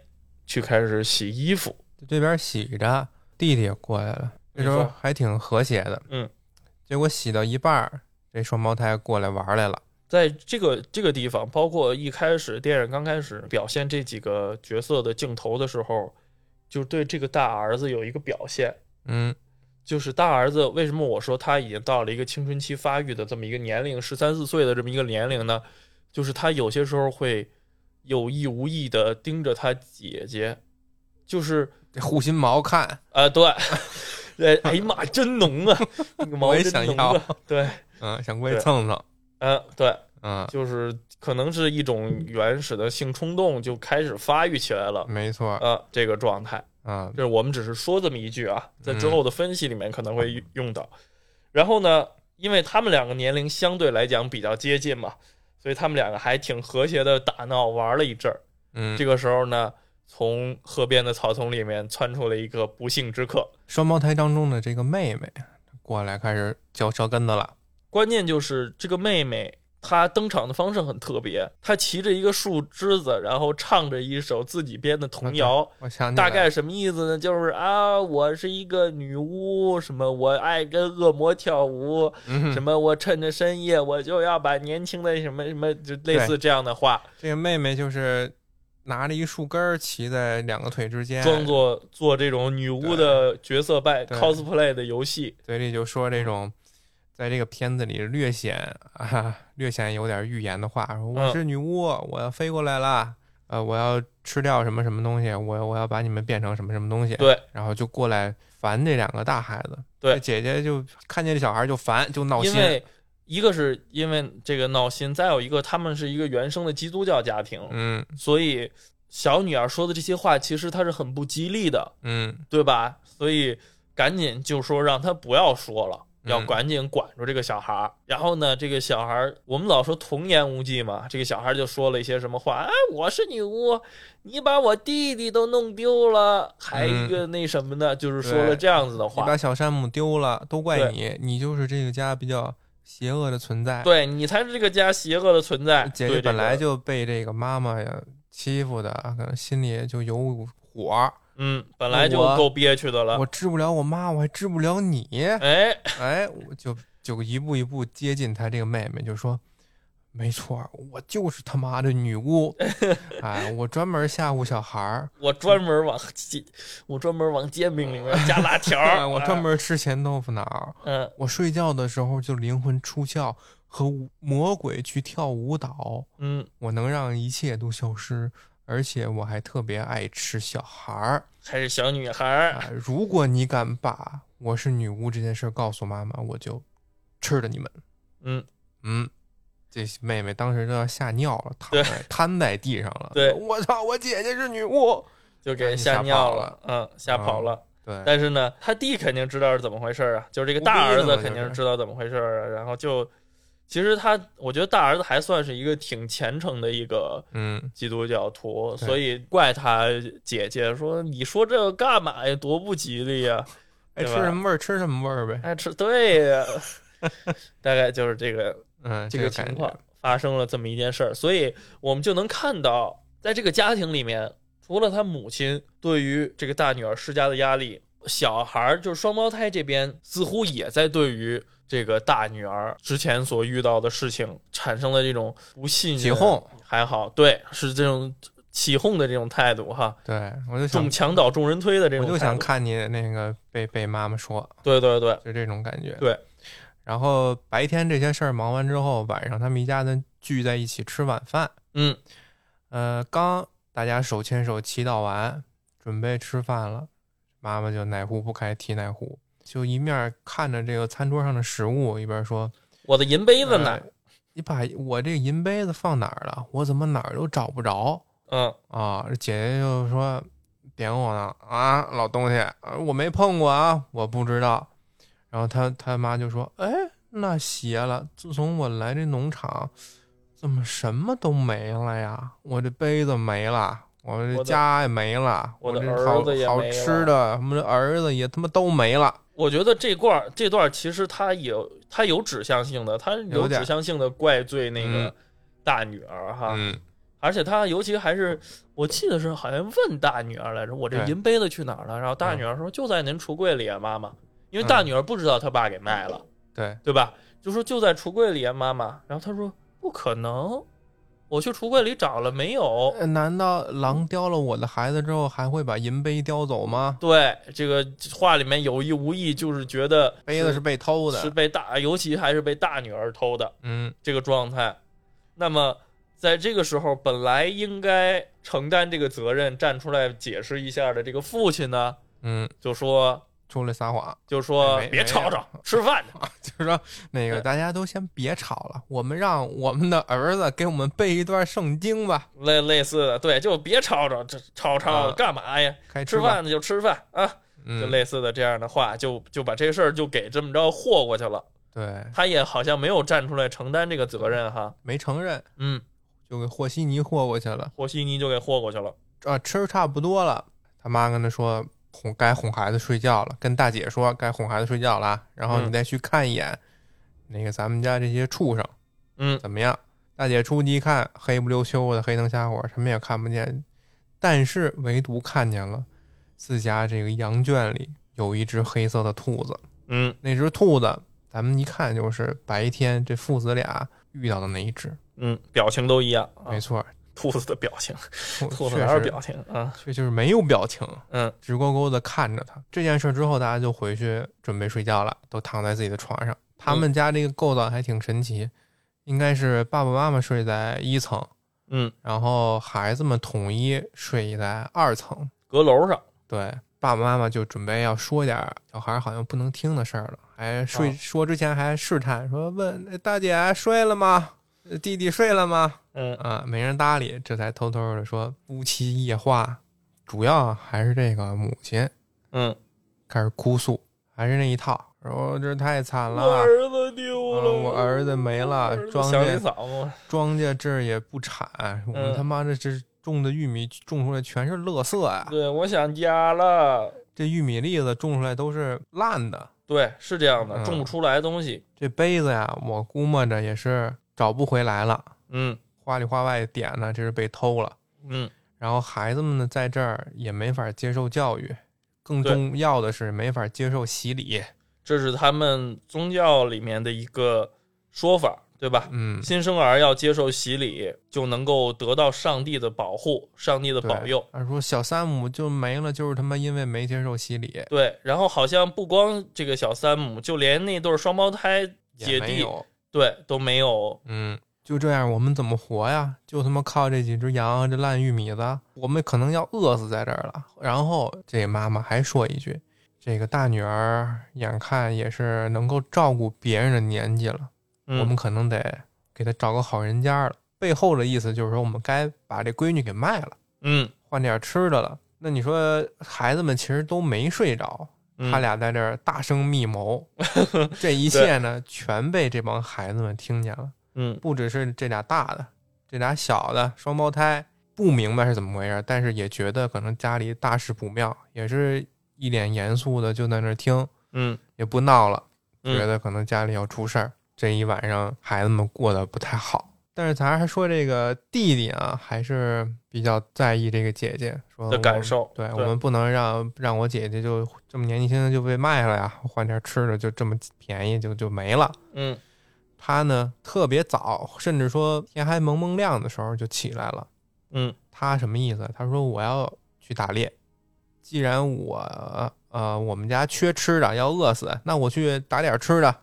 Speaker 3: 去开始洗衣服。
Speaker 1: 这边洗着，弟弟也过来了，这时
Speaker 3: 没
Speaker 1: 候
Speaker 3: 错
Speaker 1: 还挺和谐的。
Speaker 3: 嗯，
Speaker 1: 结果洗到一半儿，这双胞胎过来玩来了。
Speaker 3: 在这个这个地方，包括一开始电影刚开始表现这几个角色的镜头的时候，就对这个大儿子有一个表现，
Speaker 1: 嗯
Speaker 3: 就是大儿子为什么我说他已经到了一个青春期发育的这么一个年龄，十三四岁的这么一个年龄呢？就是他有些时候会有意无意的盯着他姐姐，就是
Speaker 1: 这护心毛看，
Speaker 3: 呃，对， *laughs* 呃，哎呀妈，真浓啊，那个毛
Speaker 1: 我也
Speaker 3: 真
Speaker 1: 想
Speaker 3: 浓
Speaker 1: 要
Speaker 3: 啊，对，
Speaker 1: 嗯，想过去
Speaker 3: 对
Speaker 1: 蹭蹭，
Speaker 3: 嗯、对。
Speaker 1: 嗯，
Speaker 3: 就是可能是一种原始的性冲动就开始发育起来了，
Speaker 1: 嗯没错，
Speaker 3: 呃，这个状态，
Speaker 1: 嗯
Speaker 3: 这是我们只是说这么一句啊，在之后的分析里面可能会用到。然后呢，因为他们两个年龄相对来讲比较接近嘛，所以他们两个还挺和谐的打闹玩了一阵儿。
Speaker 1: 嗯，
Speaker 3: 这个时候呢，从河边的草丛里面窜出了一个不幸之客，
Speaker 1: 双胞胎当中的这个妹妹过来开始嚼舌根子了。
Speaker 3: 关键就是这个妹妹，她登场的方式很特别，她骑着一个树枝子，然后唱着一首自己编的
Speaker 1: 啊
Speaker 3: 童谣。
Speaker 1: 我想起
Speaker 3: 大
Speaker 1: 来
Speaker 3: 概什么意思呢？就是啊，我是一个女巫，什么我爱跟恶魔跳舞，
Speaker 1: 嗯
Speaker 3: 什么我趁着深夜我就要把年轻的什么什么，就类似这样的话，
Speaker 1: 这个妹妹就是拿着一树根儿骑在两个腿之间，
Speaker 3: 装作做这种女巫的角色扮
Speaker 1: 对
Speaker 3: cosplay 的游戏。
Speaker 1: 嘴里就说
Speaker 3: 嗯
Speaker 1: 这种，在这个片子里略显啊略显有点预言的话，
Speaker 3: 嗯
Speaker 1: 说我是女巫，我要飞过来了，呃，我要吃掉什么什么东西，我我要把你们变成什么什么东西，
Speaker 3: 对，
Speaker 1: 然后就过来烦这两个大孩子。
Speaker 3: 对
Speaker 1: 这姐姐就看见这小孩就烦，就闹心
Speaker 3: 因。为一个是因为这个闹心，再有一个他们是一个原生的基督教家庭，
Speaker 1: 嗯
Speaker 3: 所以小女儿说的这些话其实她是很不吉利的，
Speaker 1: 嗯
Speaker 3: 对吧？所以赶紧就说让她不要说了。
Speaker 1: 嗯
Speaker 3: 要赶紧管住这个小孩儿，然后呢，这个小孩儿，我们老说童言无忌嘛，这个小孩儿就说了一些什么话，哎，我是女巫，你把我弟弟都弄丢了，还一个那什么呢，就是说
Speaker 1: 嗯
Speaker 3: 了
Speaker 1: 对
Speaker 3: 这样子的
Speaker 1: 你
Speaker 3: 话，
Speaker 1: 把小山姆丢了，都怪你，你就是这个家比较邪恶的存在。
Speaker 3: 对你才是这个家邪恶的存在。
Speaker 1: 姐
Speaker 3: 对
Speaker 1: 姐
Speaker 3: 这
Speaker 1: 本来
Speaker 3: 个
Speaker 1: 就被这个妈妈呀欺负的，啊可能心里就有火儿。
Speaker 3: 嗯，本来就
Speaker 1: 我
Speaker 3: 够憋屈的了
Speaker 1: 我。治不了我妈，我还治不了你。
Speaker 3: 哎，
Speaker 1: 哎，我就就一步一步接近她这个妹妹，就说：“没错儿，我就是他妈的女巫。哎，我专门吓唬小孩儿，
Speaker 3: 我专门往煎，我专门往煎饼里面加辣
Speaker 1: *laughs*
Speaker 3: 条
Speaker 1: 哎
Speaker 3: 儿。
Speaker 1: 我专门吃咸豆腐脑儿。
Speaker 3: 嗯，
Speaker 1: 我睡觉的时候就灵魂出窍，和魔鬼去跳舞蹈。
Speaker 3: 嗯，
Speaker 1: 我能让一切都消失，而且我还特别爱吃小孩儿。”
Speaker 3: 还是小女孩儿。
Speaker 1: 啊，如果你敢把我是女巫这件事儿告诉妈妈，我就吃了你们。
Speaker 3: 嗯
Speaker 1: 嗯，这妹妹当时都要吓尿了，躺
Speaker 3: 对
Speaker 1: 在瘫在地上了。
Speaker 3: 对
Speaker 1: 我操，我姐姐是女巫。
Speaker 3: 就给吓尿
Speaker 1: 啊
Speaker 3: 嗯，吓跑了。
Speaker 1: 对，
Speaker 3: 但是呢，他弟肯定知道是怎么回事儿啊，就是这个大儿子肯定是知道怎么回事儿啊。然后就，其实他，我觉得大儿子还算是一个挺虔诚的一个
Speaker 1: 嗯，
Speaker 3: 基督教徒，
Speaker 1: 对
Speaker 3: 所以怪他姐姐说：“你说这个干嘛呀？多不吉利呀、
Speaker 1: 爱哎吃
Speaker 3: 对吧哎
Speaker 1: 什么味儿吃什么味儿呗。
Speaker 3: 爱吃
Speaker 1: *laughs*
Speaker 3: 对呀、大概就是这个
Speaker 1: 嗯，
Speaker 3: 这
Speaker 1: 个
Speaker 3: 个
Speaker 1: 感
Speaker 3: 情
Speaker 1: 觉
Speaker 3: 况。发生了这么一件事儿，所以我们就能看到，在这个家庭里面，除了他母亲对于这个大女儿施加的压力，小孩儿就是双胞胎这边似乎也在对于这个大女儿之前所遇到的事情产生了这种不信任
Speaker 1: 起哄，
Speaker 3: 还好，对，是这种起哄的这种态度哈，
Speaker 1: 对我就想
Speaker 3: 众，墙倒众人推的这
Speaker 1: 我
Speaker 3: 种态
Speaker 1: 就
Speaker 3: 度，
Speaker 1: 想看你那个被被妈妈说，
Speaker 3: 对对对，
Speaker 1: 就这种感觉。
Speaker 3: 对。
Speaker 1: 然后白天这些事儿忙完之后，晚上他们一家人聚在一起吃晚饭。
Speaker 3: 嗯，
Speaker 1: 呃，刚大家手牵手祈祷完，准备吃饭了，妈妈就哪壶不开提哪壶，就一面看着这个餐桌上的食物，一边说
Speaker 3: 我的银：“杯子呢
Speaker 1: 呃？你把我这个银杯子放哪儿了？我怎么哪儿都找不着
Speaker 3: 嗯
Speaker 1: 啊？”姐姐就说：“点我呢啊，老东西，啊我没碰过啊，我不知道。然后他他妈就说：“哎，那邪了！自从我来这农场，怎么什么都没了呀？我这杯子没了，我
Speaker 3: 我
Speaker 1: 这
Speaker 3: 的
Speaker 1: 家也没了，我
Speaker 3: 我的
Speaker 1: 这
Speaker 3: 儿
Speaker 1: 好
Speaker 3: 子也
Speaker 1: 好
Speaker 3: 没
Speaker 1: 吃
Speaker 3: 了
Speaker 1: 的什么的儿子也他妈都没了。”
Speaker 3: 我觉得这段儿这段儿其实它有它有指向性的，它
Speaker 1: 有
Speaker 3: 有
Speaker 1: 点儿
Speaker 3: 指向性的怪罪那
Speaker 1: 嗯
Speaker 3: 个大女儿哈，
Speaker 1: 嗯，
Speaker 3: 而且他尤其还是我记得是好像问大女儿来着，我这
Speaker 1: 对
Speaker 3: 银杯子去哪儿了？然后大
Speaker 1: 嗯
Speaker 3: 女儿说就在您橱柜里啊，妈妈，因为
Speaker 1: 嗯
Speaker 3: 大女儿不知道她爸给卖了，
Speaker 1: 对，
Speaker 3: 对吧？就说就在橱柜里啊，妈妈。然后他说不可能，我去橱柜里找了没有。
Speaker 1: 呃难道狼叼了我的孩子之后，还会把银杯叼走吗？
Speaker 3: 对，这个话里面有意无意就是觉得
Speaker 1: 杯子是
Speaker 3: 是
Speaker 1: 被偷
Speaker 3: 是
Speaker 1: 的。
Speaker 3: 被大，尤其还是被大女儿偷的
Speaker 1: 嗯，
Speaker 3: 这个状态。那么在这个时候，本来应该承担这个责任、站出来解释一下的这个父亲呢，
Speaker 1: 嗯，
Speaker 3: 就说
Speaker 1: 出来撒谎，
Speaker 3: 就说
Speaker 1: 没没
Speaker 3: 哎别吵吵，吃饭呢。
Speaker 1: 就是说那个
Speaker 3: 对
Speaker 1: 大家都先别吵了，我们让我们的儿子给我们背一段圣经吧，
Speaker 3: 类类似的，对，就别吵吵，这吵吵
Speaker 1: 啊
Speaker 3: 干嘛呀？
Speaker 1: 开
Speaker 3: 吃
Speaker 1: 吧。
Speaker 3: 饭呢就吃饭啊，就
Speaker 1: 嗯，
Speaker 3: 类似的这样的话，就就把这事儿就给这么着和过去了。
Speaker 1: 对，
Speaker 3: 他也好像没有站出来承担这个责任哈，
Speaker 1: 没承认
Speaker 3: 嗯，
Speaker 1: 就给和稀泥和过去了。
Speaker 3: 和稀泥就给和过去了，
Speaker 1: 啊，吃差不多了，他妈跟他说哄该哄孩子睡觉了，跟大姐说该哄孩子睡觉了啊，然后你
Speaker 3: 嗯
Speaker 1: 再去看一眼、那个咱们家这些畜生。
Speaker 3: 嗯，
Speaker 1: 怎么样？大姐出去一看，黑不溜秋的，黑灯瞎火，什么也看不见，但是唯独看见了自家这个羊圈里有一只黑色的兔子。
Speaker 3: 嗯，
Speaker 1: 那只兔子，咱们一看就是白天这父子俩遇到的那一只，
Speaker 3: 嗯，表情都一样，啊
Speaker 1: 没错，
Speaker 3: 兔子的表情，
Speaker 1: 兔
Speaker 3: 兔子
Speaker 1: 确
Speaker 3: 哪有
Speaker 1: 实
Speaker 3: 表情啊？
Speaker 1: 确就是没有表情，
Speaker 3: 嗯，
Speaker 1: 直勾勾的看着他。这件事之后，大家就回去准备睡觉了，都躺在自己的床上。他们家这个构造还挺神奇，应该是爸爸妈妈睡在一层，
Speaker 3: 嗯，
Speaker 1: 然后孩子们统一睡在二层。
Speaker 3: 阁楼上，
Speaker 1: 对，爸爸妈妈就准备要说点儿小孩好像不能听的事儿了，还睡、
Speaker 3: 哦
Speaker 1: 说之前还试探说问哎大姐睡了吗？呃弟弟睡了吗？
Speaker 3: 嗯
Speaker 1: 啊，没人搭理，这才偷偷的说夫妻夜话，主要还是这个母亲
Speaker 3: 嗯，
Speaker 1: 开始哭诉，还是那一套，说这太惨
Speaker 3: 我
Speaker 1: 了，
Speaker 3: 儿子丢了，
Speaker 1: 嗯我儿子没了
Speaker 3: 我儿子
Speaker 1: 庄稼
Speaker 3: 祥林嫂嘛，
Speaker 1: 庄稼这儿也不产，我们
Speaker 3: 嗯
Speaker 1: 他妈这这种的玉米种出来全是垃圾呀、
Speaker 3: 对，我想家了。
Speaker 1: 这玉米粒子种出来都是烂的，
Speaker 3: 对，是这样的
Speaker 1: 嗯，
Speaker 3: 种不出来的东西。
Speaker 1: 这杯子呀，我估摸着也是找不回来了，
Speaker 3: 嗯
Speaker 1: 花里花外点呢，这是被偷了。
Speaker 3: 嗯，
Speaker 1: 然后孩子们呢，在这儿也没法接受教育，更
Speaker 3: 对
Speaker 1: 重要的是没法接受洗礼。
Speaker 3: 这是他们宗教里面的一个说法，对吧？
Speaker 1: 嗯，
Speaker 3: 新生儿要接受洗礼，就能够得到上帝的保护、上帝的
Speaker 1: 对
Speaker 3: 保佑。。
Speaker 1: 他说小三姆就没了，就是他妈因为没接受洗礼，
Speaker 3: 对，然后好像不光这个小三姆，就连那对双胞胎
Speaker 1: 也
Speaker 3: 姐
Speaker 1: 没
Speaker 3: 弟，
Speaker 1: 有。
Speaker 3: 对都没有。
Speaker 1: 嗯，就这样，我们怎么活呀？就他妈靠这几只羊和这烂玉米子，我们可能要饿死在这儿了。然后这妈妈还说一句：“这个大女儿眼看也是能够照顾别人的年纪了，我们
Speaker 3: 嗯，
Speaker 1: 可能得给她找个好人家了。”背后的意思就是说，我们该把这闺女给卖了，
Speaker 3: 嗯，
Speaker 1: 换点吃的了。那你说，孩子们其实都没睡着，
Speaker 3: 嗯
Speaker 1: 他俩在这儿大声密
Speaker 3: *laughs*
Speaker 1: 谋，这一切呢，全被这帮孩子们听见了。
Speaker 3: 嗯
Speaker 1: 不只是这俩大的，这俩小的双胞胎不明白是怎么回事，但是也觉得可能家里大事不妙，也是一脸严肃的就在那儿听，
Speaker 3: 嗯
Speaker 1: 也不闹了，
Speaker 3: 嗯
Speaker 1: 觉得可能家里要出事儿。这一晚上孩子们过得不太好，但是咱还说这个弟弟啊，还是比较在意这个姐姐说
Speaker 3: 的
Speaker 1: 我
Speaker 3: 感受。
Speaker 1: 嗯对我们不能让让我姐姐就这么年纪轻就被卖了呀，换点吃的就这么便宜就就没了。
Speaker 3: 嗯
Speaker 1: 他呢特别早，甚至说天还蒙蒙亮的时候就起来了。
Speaker 3: 嗯
Speaker 1: 他什么意思？他说我要去打猎，既然我呃我们家缺吃的，要饿死，那我去打点吃的。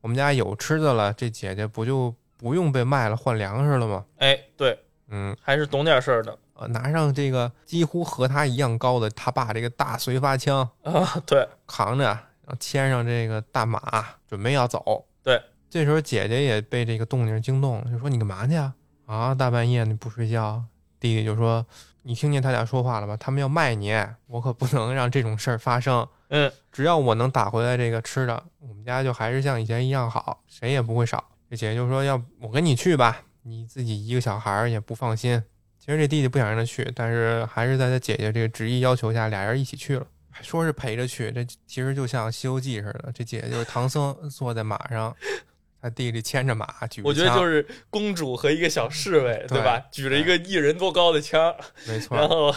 Speaker 1: 我们家有吃的了，这姐姐不就不用被卖了换粮食了吗？
Speaker 3: 哎，对，
Speaker 1: 嗯，
Speaker 3: 还是懂点事儿的
Speaker 1: 呃，拿上这个几乎和他一样高的他爸这个大绥发枪，
Speaker 3: 啊。对，
Speaker 1: 扛着，然后牵上这个大马，准备要走。
Speaker 3: 对，
Speaker 1: 这时候姐姐也被这个动静惊动了，就说：“你干嘛去啊？啊，大半夜你不睡觉？”弟弟就说：“你听见他俩说话了吗？他们要卖你，我可不能让这种事儿发生。
Speaker 3: 嗯，
Speaker 1: 只要我能打回来这个吃的，我们家就还是像以前一样好，谁也不会少。这姐姐就说：“要不我跟你去吧，你自己一个小孩儿也不放心。”其实这弟弟不想让他去，但是还是在他姐姐这个执意要求下，俩人一起去了。说是陪着去，这其实就像《西游记》似的，这姐姐就是唐僧坐在马
Speaker 3: *laughs*
Speaker 1: 上，他弟弟牵着马，举着
Speaker 3: 我觉得就是是公主和一个小侍卫，对吧？举着一个一人多高的枪，
Speaker 1: 没错
Speaker 3: 然。后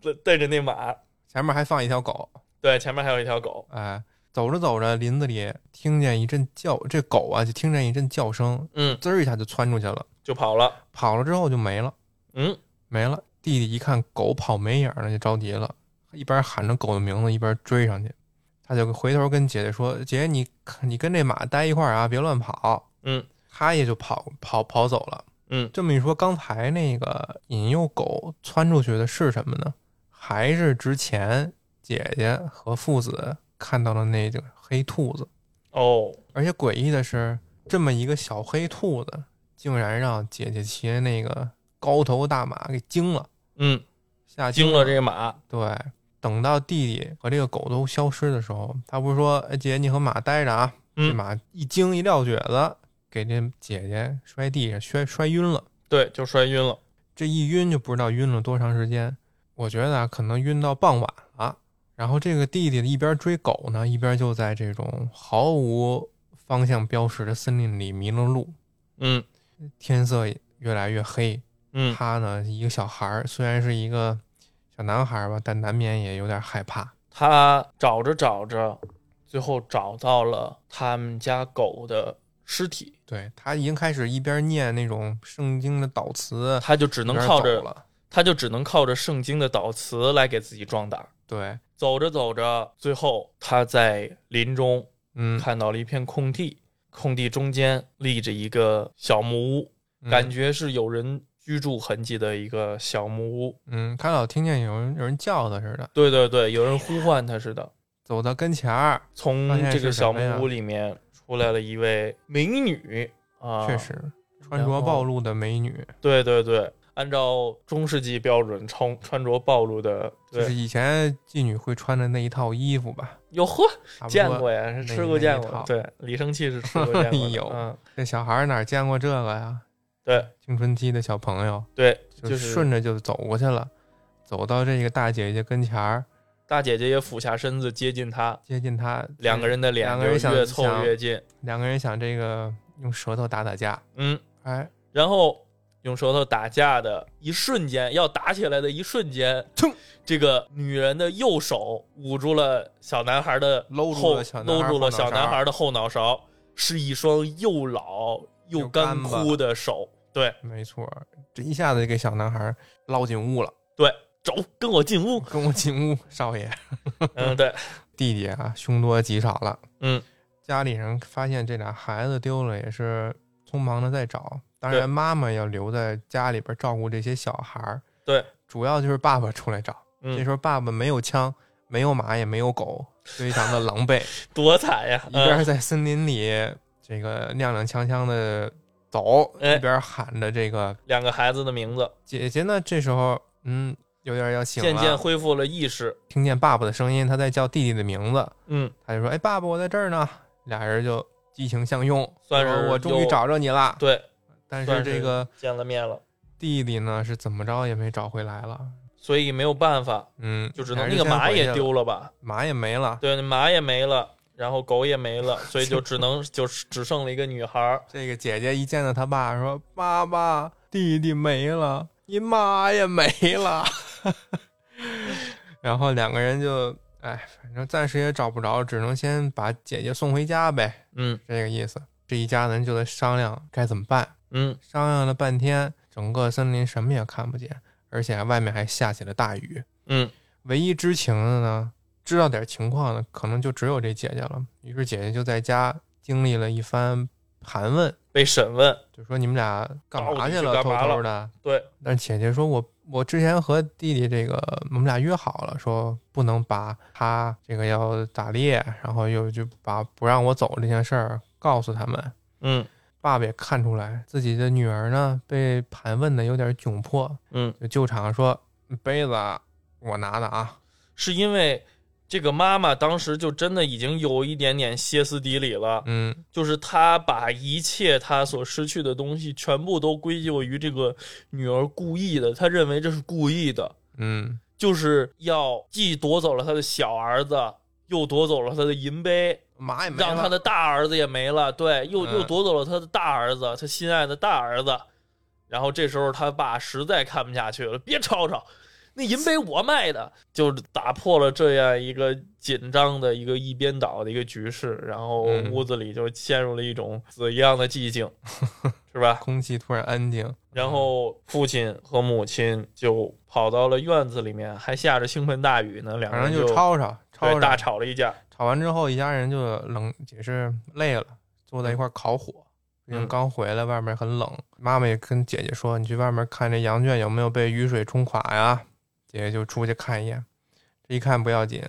Speaker 3: 对对着那马，
Speaker 1: 前面还放一条狗，
Speaker 3: 对，前面还有一条狗，
Speaker 1: 哎，走着走着，林子里听见一阵叫，这狗啊就听见一阵叫声，
Speaker 3: 嗯，
Speaker 1: 滋儿一下就窜出去了，
Speaker 3: 就跑了，
Speaker 1: 跑了之后就没了，
Speaker 3: 嗯，
Speaker 1: 没了。弟弟一看狗跑没影儿了，就着急了，一边喊着狗的名字，一边追上去。他就回头跟姐姐说：“姐姐，你你跟这马待一块儿啊，别乱跑。”
Speaker 3: 嗯，
Speaker 1: 他也就跑跑跑走了。
Speaker 3: 嗯
Speaker 1: 这么一说，刚才那个引诱狗窜出去的是什么呢？还是之前姐姐和父子看到的那个黑兔子。
Speaker 3: 哦，
Speaker 1: 而且诡异的是，这么一个小黑兔子，竟然让姐姐骑的那个高头大马给惊了，
Speaker 3: 嗯，
Speaker 1: 吓
Speaker 3: 惊
Speaker 1: 了
Speaker 3: 了这个马，
Speaker 1: 对，等到弟弟和这个狗都消失的时候，他不是说：“哎，姐，你和马待着啊。”
Speaker 3: 嗯
Speaker 1: 这马一惊一撂蹶子，给这姐姐摔地上，摔摔晕了。
Speaker 3: 对，就摔晕了，
Speaker 1: 这一晕就不知道晕了多长时间。我觉得啊，可能晕到傍晚了。然后这个弟弟一边追狗呢，一边就在这种毫无方向标识的森林里迷了路。
Speaker 3: 嗯
Speaker 1: 天色越来越黑，
Speaker 3: 嗯，
Speaker 1: 他呢一个小孩儿，虽然是一个小男孩儿吧，但难免也有点害怕。
Speaker 3: 他找着找着，最后找到了他们家狗的尸体，
Speaker 1: 对他已经开始一边念那种圣经的祷词，
Speaker 3: 他就只
Speaker 1: 一
Speaker 3: 能
Speaker 1: 边
Speaker 3: 靠
Speaker 1: 走
Speaker 3: 着，
Speaker 1: 了。
Speaker 3: 他就只能靠着圣经的祷词来给自己壮胆儿。
Speaker 1: 对，
Speaker 3: 走着走着，最后他在林中
Speaker 1: 嗯，
Speaker 3: 看到了一片空地，空地中间立着一个小木屋，
Speaker 1: 嗯
Speaker 3: 感觉是有人居住痕迹的一个小木屋。
Speaker 1: 嗯，他老听见有人有人叫他似的，
Speaker 3: 对对对，有人呼唤他似的。
Speaker 1: 走到跟前儿，
Speaker 3: 从
Speaker 1: 发现
Speaker 3: 这个
Speaker 1: 是什
Speaker 3: 小
Speaker 1: 么呀
Speaker 3: 木屋里面出来了一位美女啊，
Speaker 1: 确，实穿
Speaker 3: 然
Speaker 1: 着
Speaker 3: 后
Speaker 1: 暴露的美女，
Speaker 3: 对对对，按照中世纪标准穿穿着暴露的，
Speaker 1: 就是
Speaker 3: 对，
Speaker 1: 以前妓女会穿的那一套衣服吧，
Speaker 3: 哟呵，
Speaker 1: 差不
Speaker 3: 见
Speaker 1: 多。
Speaker 3: 过呀，是
Speaker 1: 那
Speaker 3: 吃过见
Speaker 1: 那一
Speaker 3: 过
Speaker 1: 套，
Speaker 3: 对，李生气是吃过见过
Speaker 1: *laughs* 哎
Speaker 3: 的，
Speaker 1: 呦
Speaker 3: 嗯，
Speaker 1: 这小孩儿哪见过这个呀？
Speaker 3: 对
Speaker 1: 青春期的小朋友
Speaker 3: 对，
Speaker 1: 就
Speaker 3: 就是
Speaker 1: 顺着就走过去了，走到这个大姐姐跟前儿，
Speaker 3: 大姐姐也俯下身子接近他，
Speaker 1: 接近她，
Speaker 3: 两个人的脸
Speaker 1: 两个
Speaker 3: 就
Speaker 1: 人
Speaker 3: 是
Speaker 1: 想
Speaker 3: 越凑
Speaker 1: 想
Speaker 3: 越近，
Speaker 1: 两个人想这个用舌头打打架，
Speaker 3: 嗯，
Speaker 1: 哎，
Speaker 3: 然后用舌头打架的一瞬间，要打起来的一瞬间，这个女人的右手捂住了小男孩的
Speaker 1: 搂住
Speaker 3: 后
Speaker 1: 了小男
Speaker 3: 搂
Speaker 1: 孩
Speaker 3: 住
Speaker 1: 后脑
Speaker 3: 了小男
Speaker 1: 勺
Speaker 3: 孩的后脑勺，是一双又老又
Speaker 1: 又干
Speaker 3: 干
Speaker 1: 巴
Speaker 3: 枯的手。对，
Speaker 1: 没错儿，这一下子就给小男孩儿捞进屋了，
Speaker 3: 走，跟我
Speaker 1: *laughs*
Speaker 3: 进屋。
Speaker 1: 跟我进屋，少爷。
Speaker 3: 嗯，对，
Speaker 1: 弟弟啊，凶多吉少了。
Speaker 3: 嗯，
Speaker 1: 家里人发现这俩孩子丢了，也是匆忙的在找。当
Speaker 3: 对
Speaker 1: 然，妈妈要留在家里边照顾这些小孩儿。
Speaker 3: 对，
Speaker 1: 主要就是爸爸出来找。这
Speaker 3: 嗯
Speaker 1: 时，候爸爸没有枪，没有马，也没有狗，非常的狼
Speaker 3: *laughs*
Speaker 1: 狈。
Speaker 3: 多惨呀！
Speaker 1: 一
Speaker 3: 嗯
Speaker 1: 边在森林里这个踉踉跄跄的走，
Speaker 3: 哎
Speaker 1: 一边喊着这个
Speaker 3: 两个孩子的名字
Speaker 1: 姐姐呢。这时候，嗯，有点要醒了，
Speaker 3: 渐渐恢复了意识。
Speaker 1: 听见爸爸的声音，他在叫弟弟的名字。
Speaker 3: 嗯，
Speaker 1: 他就说：“哎，爸爸，我在这儿呢。”俩人就激情相拥，
Speaker 3: 算是
Speaker 1: 说我终于
Speaker 3: 又
Speaker 1: 找着你了。
Speaker 3: 对，
Speaker 1: 但
Speaker 3: 算
Speaker 1: 是这
Speaker 3: 是
Speaker 1: 个
Speaker 3: 见了面了，
Speaker 1: 弟弟呢，是怎么着也没找回来了。
Speaker 3: 所以没有
Speaker 1: *laughs*
Speaker 3: 办法，
Speaker 1: 嗯，
Speaker 3: 就只
Speaker 1: 俩
Speaker 3: 能那
Speaker 1: 人
Speaker 3: 个
Speaker 1: 先
Speaker 3: 马
Speaker 1: 回去
Speaker 3: 也
Speaker 1: 了，
Speaker 3: 丢了吧。
Speaker 1: 马也没了。
Speaker 3: 对，马也没了，然后狗也没
Speaker 1: *laughs*
Speaker 3: 了，所以就只能就是只剩了一个女孩儿。
Speaker 1: 这个姐姐一见到他爸，说：“爸爸，弟弟没了，你妈也没了。”然后两个人就，哎，反正暂时也找不着，只能先把姐姐送回家呗，
Speaker 3: 嗯
Speaker 1: 这个意思。这一家人就在商量该怎么办。
Speaker 3: 嗯，
Speaker 1: 商量了半天，整个森林什么也看不见，而且外面还下起了大雨。
Speaker 3: 嗯，
Speaker 1: 唯一知情的呢，知道点情况的，可能就只有这姐姐了。于是姐姐就在家经历了一番盘问，
Speaker 3: 被审问，
Speaker 1: 就说你们俩干嘛去
Speaker 3: 到底
Speaker 1: 了，
Speaker 3: 是干
Speaker 1: 偷
Speaker 3: 嘛了
Speaker 1: 偷的。
Speaker 3: 对，
Speaker 1: 但是姐姐说我我之前和弟弟这个我们俩约好了，说不能把他这个要打猎，然后又就把不让我走这件事儿告诉他们。
Speaker 3: 嗯
Speaker 1: 爸爸也看出来自己的女儿呢被盘问的有点窘迫，
Speaker 3: 嗯
Speaker 1: 就救场说杯子啊我拿的啊，
Speaker 3: 是因为这个妈妈当时就真的已经有一点点歇斯底里了，
Speaker 1: 嗯，
Speaker 3: 就是她把一切她所失去的东西全部都归咎于这个女儿故意的，她认为这是故意的，
Speaker 1: 嗯，
Speaker 3: 就是要既夺走了她的小儿子，又夺走了她的银杯，
Speaker 1: 妈也没
Speaker 3: 让他
Speaker 1: 了，
Speaker 3: 的大儿子也没了，对，又
Speaker 1: 嗯
Speaker 3: 又夺走了他的大儿子，他心爱的大儿子。然后这时候他爸实在看不下去了，别吵吵，那银杯我卖的，就是打破了这样一个紧张的一个一边倒的一个局势，然后
Speaker 1: 嗯
Speaker 3: 屋子里就陷入了一种死一样的寂
Speaker 1: *laughs*
Speaker 3: 静，是吧？
Speaker 1: 空气突然安静，
Speaker 3: 然后父亲和母亲就跑到了院子里面，还下着倾盆大雨呢，两个
Speaker 1: 反正
Speaker 3: 人
Speaker 1: 就
Speaker 3: 就
Speaker 1: 吵吵
Speaker 3: 对
Speaker 1: 吵
Speaker 3: 大
Speaker 1: 吵，
Speaker 3: 吵了一架。
Speaker 1: 吵完之后一家人就冷也是累了，坐在一块儿烤火。毕竟
Speaker 3: 嗯
Speaker 1: 刚回来，外面很冷。妈妈也跟姐姐说：“你去外面看这羊圈有没有被雨水冲垮呀？”啊姐姐就出去看一眼。这一看不要紧，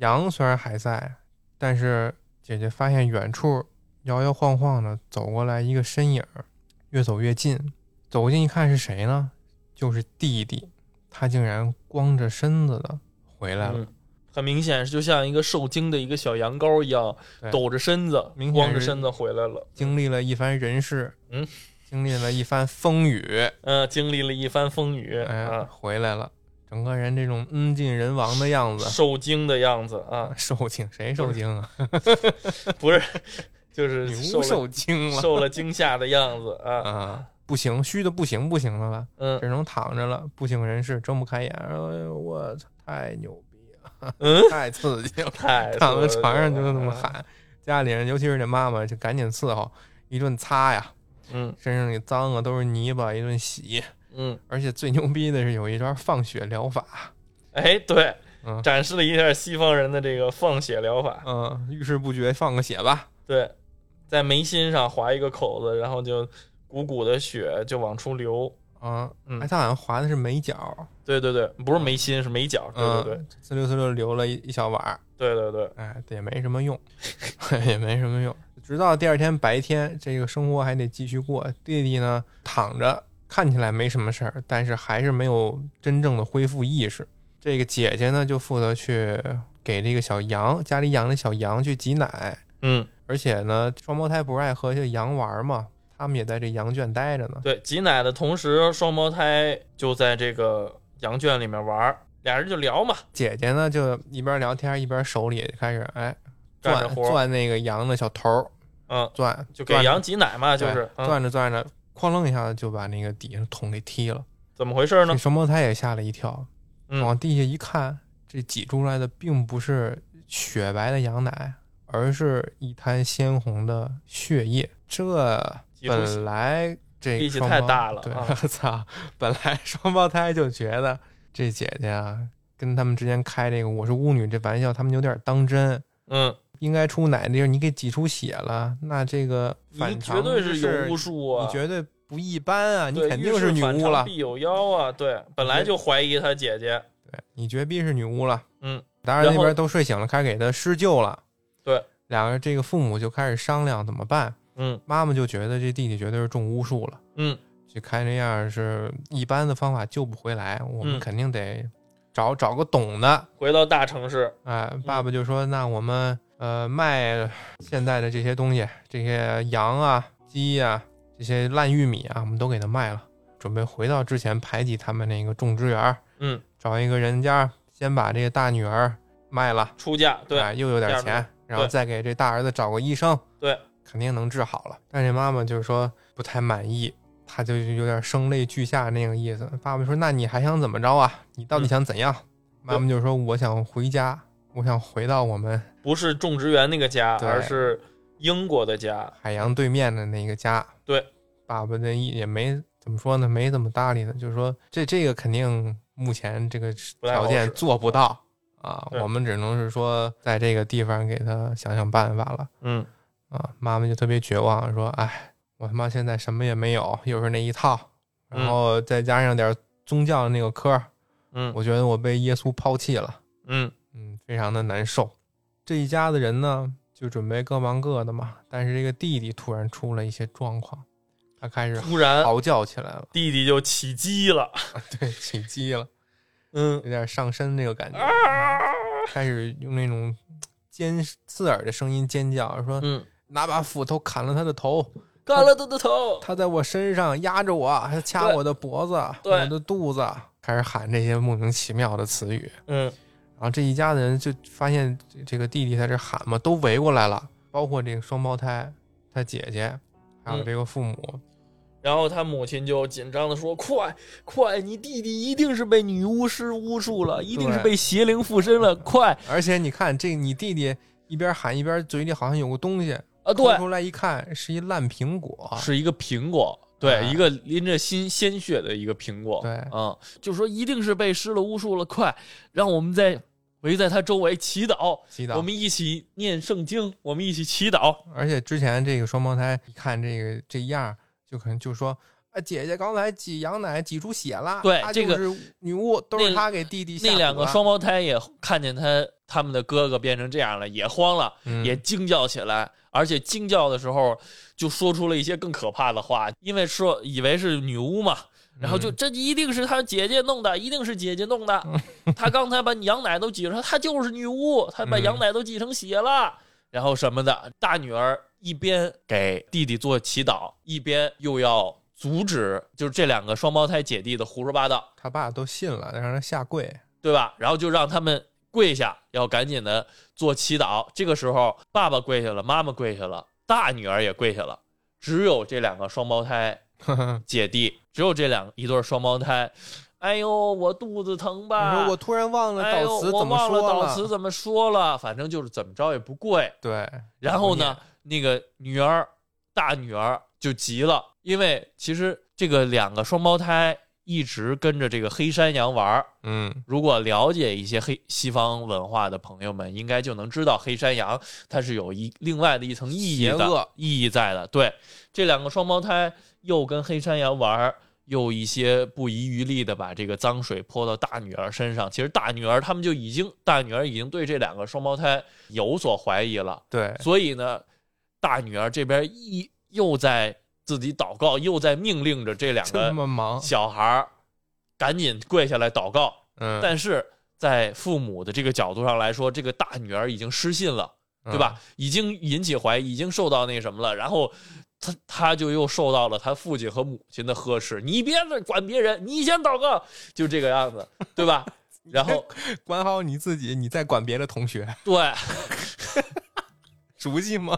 Speaker 1: 羊虽然还在，但是姐姐发现远处摇摇晃晃的走过来一个身影儿，越走越近。走近一看是谁呢？就是弟弟，他竟然光着身子的回来了。
Speaker 3: 嗯，很明显是就像一个受惊的一个小羊羔一样
Speaker 1: 对，
Speaker 3: 抖着身子
Speaker 1: 明，显
Speaker 3: 光着
Speaker 1: 是
Speaker 3: 身子回来了。
Speaker 1: 经历了一番人事，
Speaker 3: 嗯，
Speaker 1: 经历了一番风雨，
Speaker 3: 嗯，经历了一番风雨
Speaker 1: 哎，
Speaker 3: 啊，
Speaker 1: 回来了，整个人这种恩尽人亡的样子，哎
Speaker 3: 受惊的样子啊，
Speaker 1: 受惊谁受惊啊？
Speaker 3: 不是，就是
Speaker 1: 女
Speaker 3: 受
Speaker 1: 巫
Speaker 3: 了
Speaker 1: 受惊了
Speaker 3: 受了惊吓的样子啊，
Speaker 1: 啊！不行，虚的不行不行的了，
Speaker 3: 嗯
Speaker 1: 只能躺着了，不省人事，睁不开眼。哎呦，我操，太牛逼了，
Speaker 3: 嗯，
Speaker 1: *laughs* 太刺激了！
Speaker 3: 太啊
Speaker 1: 躺在床上就
Speaker 3: 那
Speaker 1: 那么，喊，家里人尤其是这妈妈就赶紧伺候，一顿擦呀，
Speaker 3: 嗯
Speaker 1: 身上也脏啊，都是泥巴，一顿洗。
Speaker 3: 嗯，
Speaker 1: 而且最牛逼的是有一招放血疗法，
Speaker 3: 哎，对
Speaker 1: 嗯，
Speaker 3: *laughs* 展示了一下西方人的这个放血疗法，
Speaker 1: 嗯，遇事不决，放个血吧。
Speaker 3: 对，在眉心上划一个口子，然后就鼓鼓的血就往出流。
Speaker 1: 啊，
Speaker 3: 嗯
Speaker 1: 哎，他好像划的是眉角，
Speaker 3: 对对对，不是眉心，是眉角。对对对，
Speaker 1: 嗯呲溜呲溜流了一一小碗儿，
Speaker 3: 对对对，
Speaker 1: 哎，也没什么用， *laughs* 也没什么用。直到第二天白天，这个生活还得继续过。弟弟呢，躺着，看起来没什么事儿，但是还是没有真正的恢复意识。这个姐姐呢，就负责去给这个小羊，家里养的小羊去挤奶，
Speaker 3: 嗯，
Speaker 1: 而且呢，双胞胎不是爱和这羊玩儿嘛，他们也在这羊圈待着呢。
Speaker 3: 对，挤奶的同时，双胞胎就在这个羊圈里面玩儿，俩人就聊嘛，
Speaker 1: 姐姐呢就一边聊天一边手里就开始哎
Speaker 3: 干着
Speaker 1: 转
Speaker 3: 活儿，
Speaker 1: 转那个羊的小头儿，
Speaker 3: 嗯，
Speaker 1: 转
Speaker 3: 就给
Speaker 1: 转着
Speaker 3: 羊挤奶嘛，就
Speaker 1: 对
Speaker 3: 是，嗯，
Speaker 1: 转着转着，哐啷一下子就把那个底下桶给踢了。
Speaker 3: 怎么回事呢
Speaker 1: 这？双胞胎也吓了一跳，
Speaker 3: 嗯
Speaker 1: 往地下一看，这挤出来的并不是雪白的羊奶，而是一滩鲜红的血液。这
Speaker 3: 挤出血
Speaker 1: 本来这
Speaker 3: 力气
Speaker 1: 双
Speaker 3: 太
Speaker 1: 胞
Speaker 3: 大了
Speaker 1: 对，
Speaker 3: 啊
Speaker 1: 我 *laughs* 操、本来 *laughs* 双胞胎就觉得这姐姐啊，跟他们之间开这个我是巫女这玩笑，他们有点当真。
Speaker 3: 嗯，
Speaker 1: 应该出奶的地儿，你给挤出血了，那这个
Speaker 3: 你
Speaker 1: 反
Speaker 3: 绝
Speaker 1: 常
Speaker 3: 对
Speaker 1: 之
Speaker 3: 有
Speaker 1: 事
Speaker 3: 巫术啊
Speaker 1: 你，绝对不一般啊！你
Speaker 3: 对
Speaker 1: 肯
Speaker 3: 遇
Speaker 1: 定
Speaker 3: 事
Speaker 1: 是女
Speaker 3: 反
Speaker 1: 巫
Speaker 3: 常
Speaker 1: 了，
Speaker 3: 必有妖啊，对，本来就怀疑他姐姐，
Speaker 1: 对你绝逼是女巫了。
Speaker 3: 嗯，
Speaker 1: 当然
Speaker 3: 然
Speaker 1: 那
Speaker 3: 后
Speaker 1: 边都睡醒了，开始给她施救了。
Speaker 3: 对，
Speaker 1: 两个这个父母就开始商量怎么办。
Speaker 3: 嗯
Speaker 1: 妈妈就觉得这弟弟绝对是中巫术了，
Speaker 3: 嗯，
Speaker 1: 就看这样是一般的方法救不回来，我们
Speaker 3: 嗯
Speaker 1: 肯定得找找个懂的。
Speaker 3: 回到大城市，
Speaker 1: 哎，爸爸就说：“那我们呃卖现在的这些东西，这些羊啊、鸡啊、这些烂玉米啊，我们都给它卖了，准备回到之前排挤他们那个种植园儿，
Speaker 3: 嗯，
Speaker 1: 找一个人家先把这个大女儿卖了，
Speaker 3: 出嫁，对，
Speaker 1: 哎又有点
Speaker 3: 这样
Speaker 1: 钱，然后
Speaker 3: 对
Speaker 1: 再给这大儿子找个医生，
Speaker 3: 对，
Speaker 1: 肯定能治好了。但这妈妈就是说不太满意，她就有点声泪俱下那个意思。爸爸说：“那你还想怎么着啊？你到底
Speaker 3: 嗯
Speaker 1: 想怎样？”妈妈就说：“我想回家，我想回到我们
Speaker 3: 不是种植园那个家，
Speaker 1: 对
Speaker 3: 而是英国的家，
Speaker 1: 海洋对面的那个家。”
Speaker 3: 对，
Speaker 1: 爸爸的意也没怎么说呢，没怎么搭理他，就是说这这个肯定目前这个
Speaker 3: 不太好
Speaker 1: 条件
Speaker 3: 使嗯
Speaker 1: 做不到。啊，
Speaker 3: 对
Speaker 1: 我们只能是说，在这个地方给他想想办法了。
Speaker 3: 嗯，
Speaker 1: 啊，妈妈就特别绝望，说：“哎，我他妈现在什么也没有，又是那一套，然
Speaker 3: 嗯
Speaker 1: 后再加上点宗教的那个科儿，
Speaker 3: 嗯
Speaker 1: 我觉得我被耶稣抛弃了，
Speaker 3: 嗯
Speaker 1: 嗯，非常的难受。”这一家子人呢，就准备各忙各的嘛，但是这个弟弟突然出了一些状况，他开始
Speaker 3: 突然
Speaker 1: 嚎叫起来了， *laughs*
Speaker 3: 弟弟就起鸡了，
Speaker 1: 对，起鸡了。 *laughs*
Speaker 3: 嗯
Speaker 1: 有点上身那个感觉，
Speaker 3: 啊
Speaker 1: *laughs* 开始用那种尖刺耳的声音尖叫，说
Speaker 3: 嗯，
Speaker 1: 拿把斧头砍了他的头，
Speaker 3: 干了他的头，
Speaker 1: 他在我身上压着我，还掐
Speaker 3: 对
Speaker 1: 我的脖子，
Speaker 3: 对
Speaker 1: 我的肚子，开始喊这些莫名其妙的词语。
Speaker 3: 嗯
Speaker 1: 然后这一家子人就发现这这个弟弟在这喊嘛，都围过来了，包括这个双胞胎、他姐姐，还有
Speaker 3: 嗯
Speaker 1: 这个父母。
Speaker 3: 然后他母亲就紧张的说：“快快，你弟弟一定是被女巫师巫术了，一定是被邪灵附身
Speaker 1: 嗯
Speaker 3: 了，快
Speaker 1: 而且你看，这你弟弟一边喊一边嘴里好像有个东西，
Speaker 3: 啊！”
Speaker 1: 抠
Speaker 3: 对，
Speaker 1: 出来一看是一烂苹果，
Speaker 3: 是一个苹果，对，
Speaker 1: 啊哎
Speaker 3: 一个淋着鲜鲜血的一个苹果，
Speaker 1: 对
Speaker 3: 嗯，就说一定是被施了巫术了，快，让我们在围在他周围祈祷，
Speaker 1: 祈祷
Speaker 3: 我。们一起念圣经，我们一起祈祷，
Speaker 1: 而且之前这个双胞胎一看这个这样儿，就可能就说。啊，姐姐刚才挤羊奶挤出血了，
Speaker 3: 对
Speaker 1: 她
Speaker 3: 这个
Speaker 1: 就是女巫都是
Speaker 3: 那
Speaker 1: 她给弟弟下
Speaker 3: 那两
Speaker 1: 蛊
Speaker 3: 个
Speaker 1: 了
Speaker 3: 双胞胎也看见他他们的哥哥变成这样了，也慌了，
Speaker 1: 嗯
Speaker 3: 也惊叫起来，而且惊叫的时候就说出了一些更可怕的话，因为说以为是女巫嘛，然后就
Speaker 1: 嗯
Speaker 3: 这一定是他姐姐弄的，一定是姐姐弄的，
Speaker 1: *laughs*
Speaker 3: 他刚才把羊奶都挤成，他就是女巫，他把
Speaker 1: 嗯
Speaker 3: 羊奶都挤成血了，然后什么的，大女儿一边给弟弟做祈祷，一边又要阻止，就是这两个双胞胎姐弟的胡说八道。
Speaker 1: 他爸都信了，让他下跪，
Speaker 3: 对吧？然后就让他们跪下，要赶紧的做祈祷。这个时候，爸爸跪下了，妈妈跪下了，大女儿也跪下了，只有这两个双
Speaker 1: *laughs*
Speaker 3: 胞胎
Speaker 1: 呵呵
Speaker 3: 姐弟，只有这两一对双胞胎。哎呦，我肚子疼
Speaker 1: 我
Speaker 3: 吧？
Speaker 1: 说我突然忘了
Speaker 3: 啊哎
Speaker 1: 导
Speaker 3: 呦，
Speaker 1: 词
Speaker 3: 我
Speaker 1: 怎么
Speaker 3: 忘了
Speaker 1: 说
Speaker 3: 导词怎么说了，反正就是怎么着也不跪。
Speaker 1: 对，
Speaker 3: 然后呢，那个女儿，大女儿就急了，因为其实这个两个双胞胎一直跟着这个黑山羊玩儿，
Speaker 1: 嗯，
Speaker 3: 如果了解一些黑西方文化的朋友们，应该就能知道黑山羊它是有一另外的一层意义
Speaker 1: 邪
Speaker 3: 的
Speaker 1: 恶
Speaker 3: 意义在的。对，这两个双胞胎又跟黑山羊玩儿，又一些不遗余力的把这个脏水泼到大女儿身上。其实大女儿他们就已经，大女儿已经对这两个双胞胎有所怀疑了，
Speaker 1: 对，
Speaker 3: 所以呢，大女儿这边一又在自己祷告，又在命令着这两
Speaker 1: 这
Speaker 3: 个
Speaker 1: 么忙，
Speaker 3: 小孩儿赶紧跪下来祷告。
Speaker 1: 嗯，
Speaker 3: 但是在父母的这个角度上来说，这个大女儿已经失信了，
Speaker 1: 嗯
Speaker 3: 对吧？已经引起怀疑，已经受到那什么了，然后。她她就又受到了她父亲和母亲的呵斥，你别管别人，你先祷告，就这个
Speaker 1: *laughs*
Speaker 3: 样子，对吧？然后
Speaker 1: 嗯？管好你自己，你再管别的同学，
Speaker 3: 对，
Speaker 1: 熟悉吗？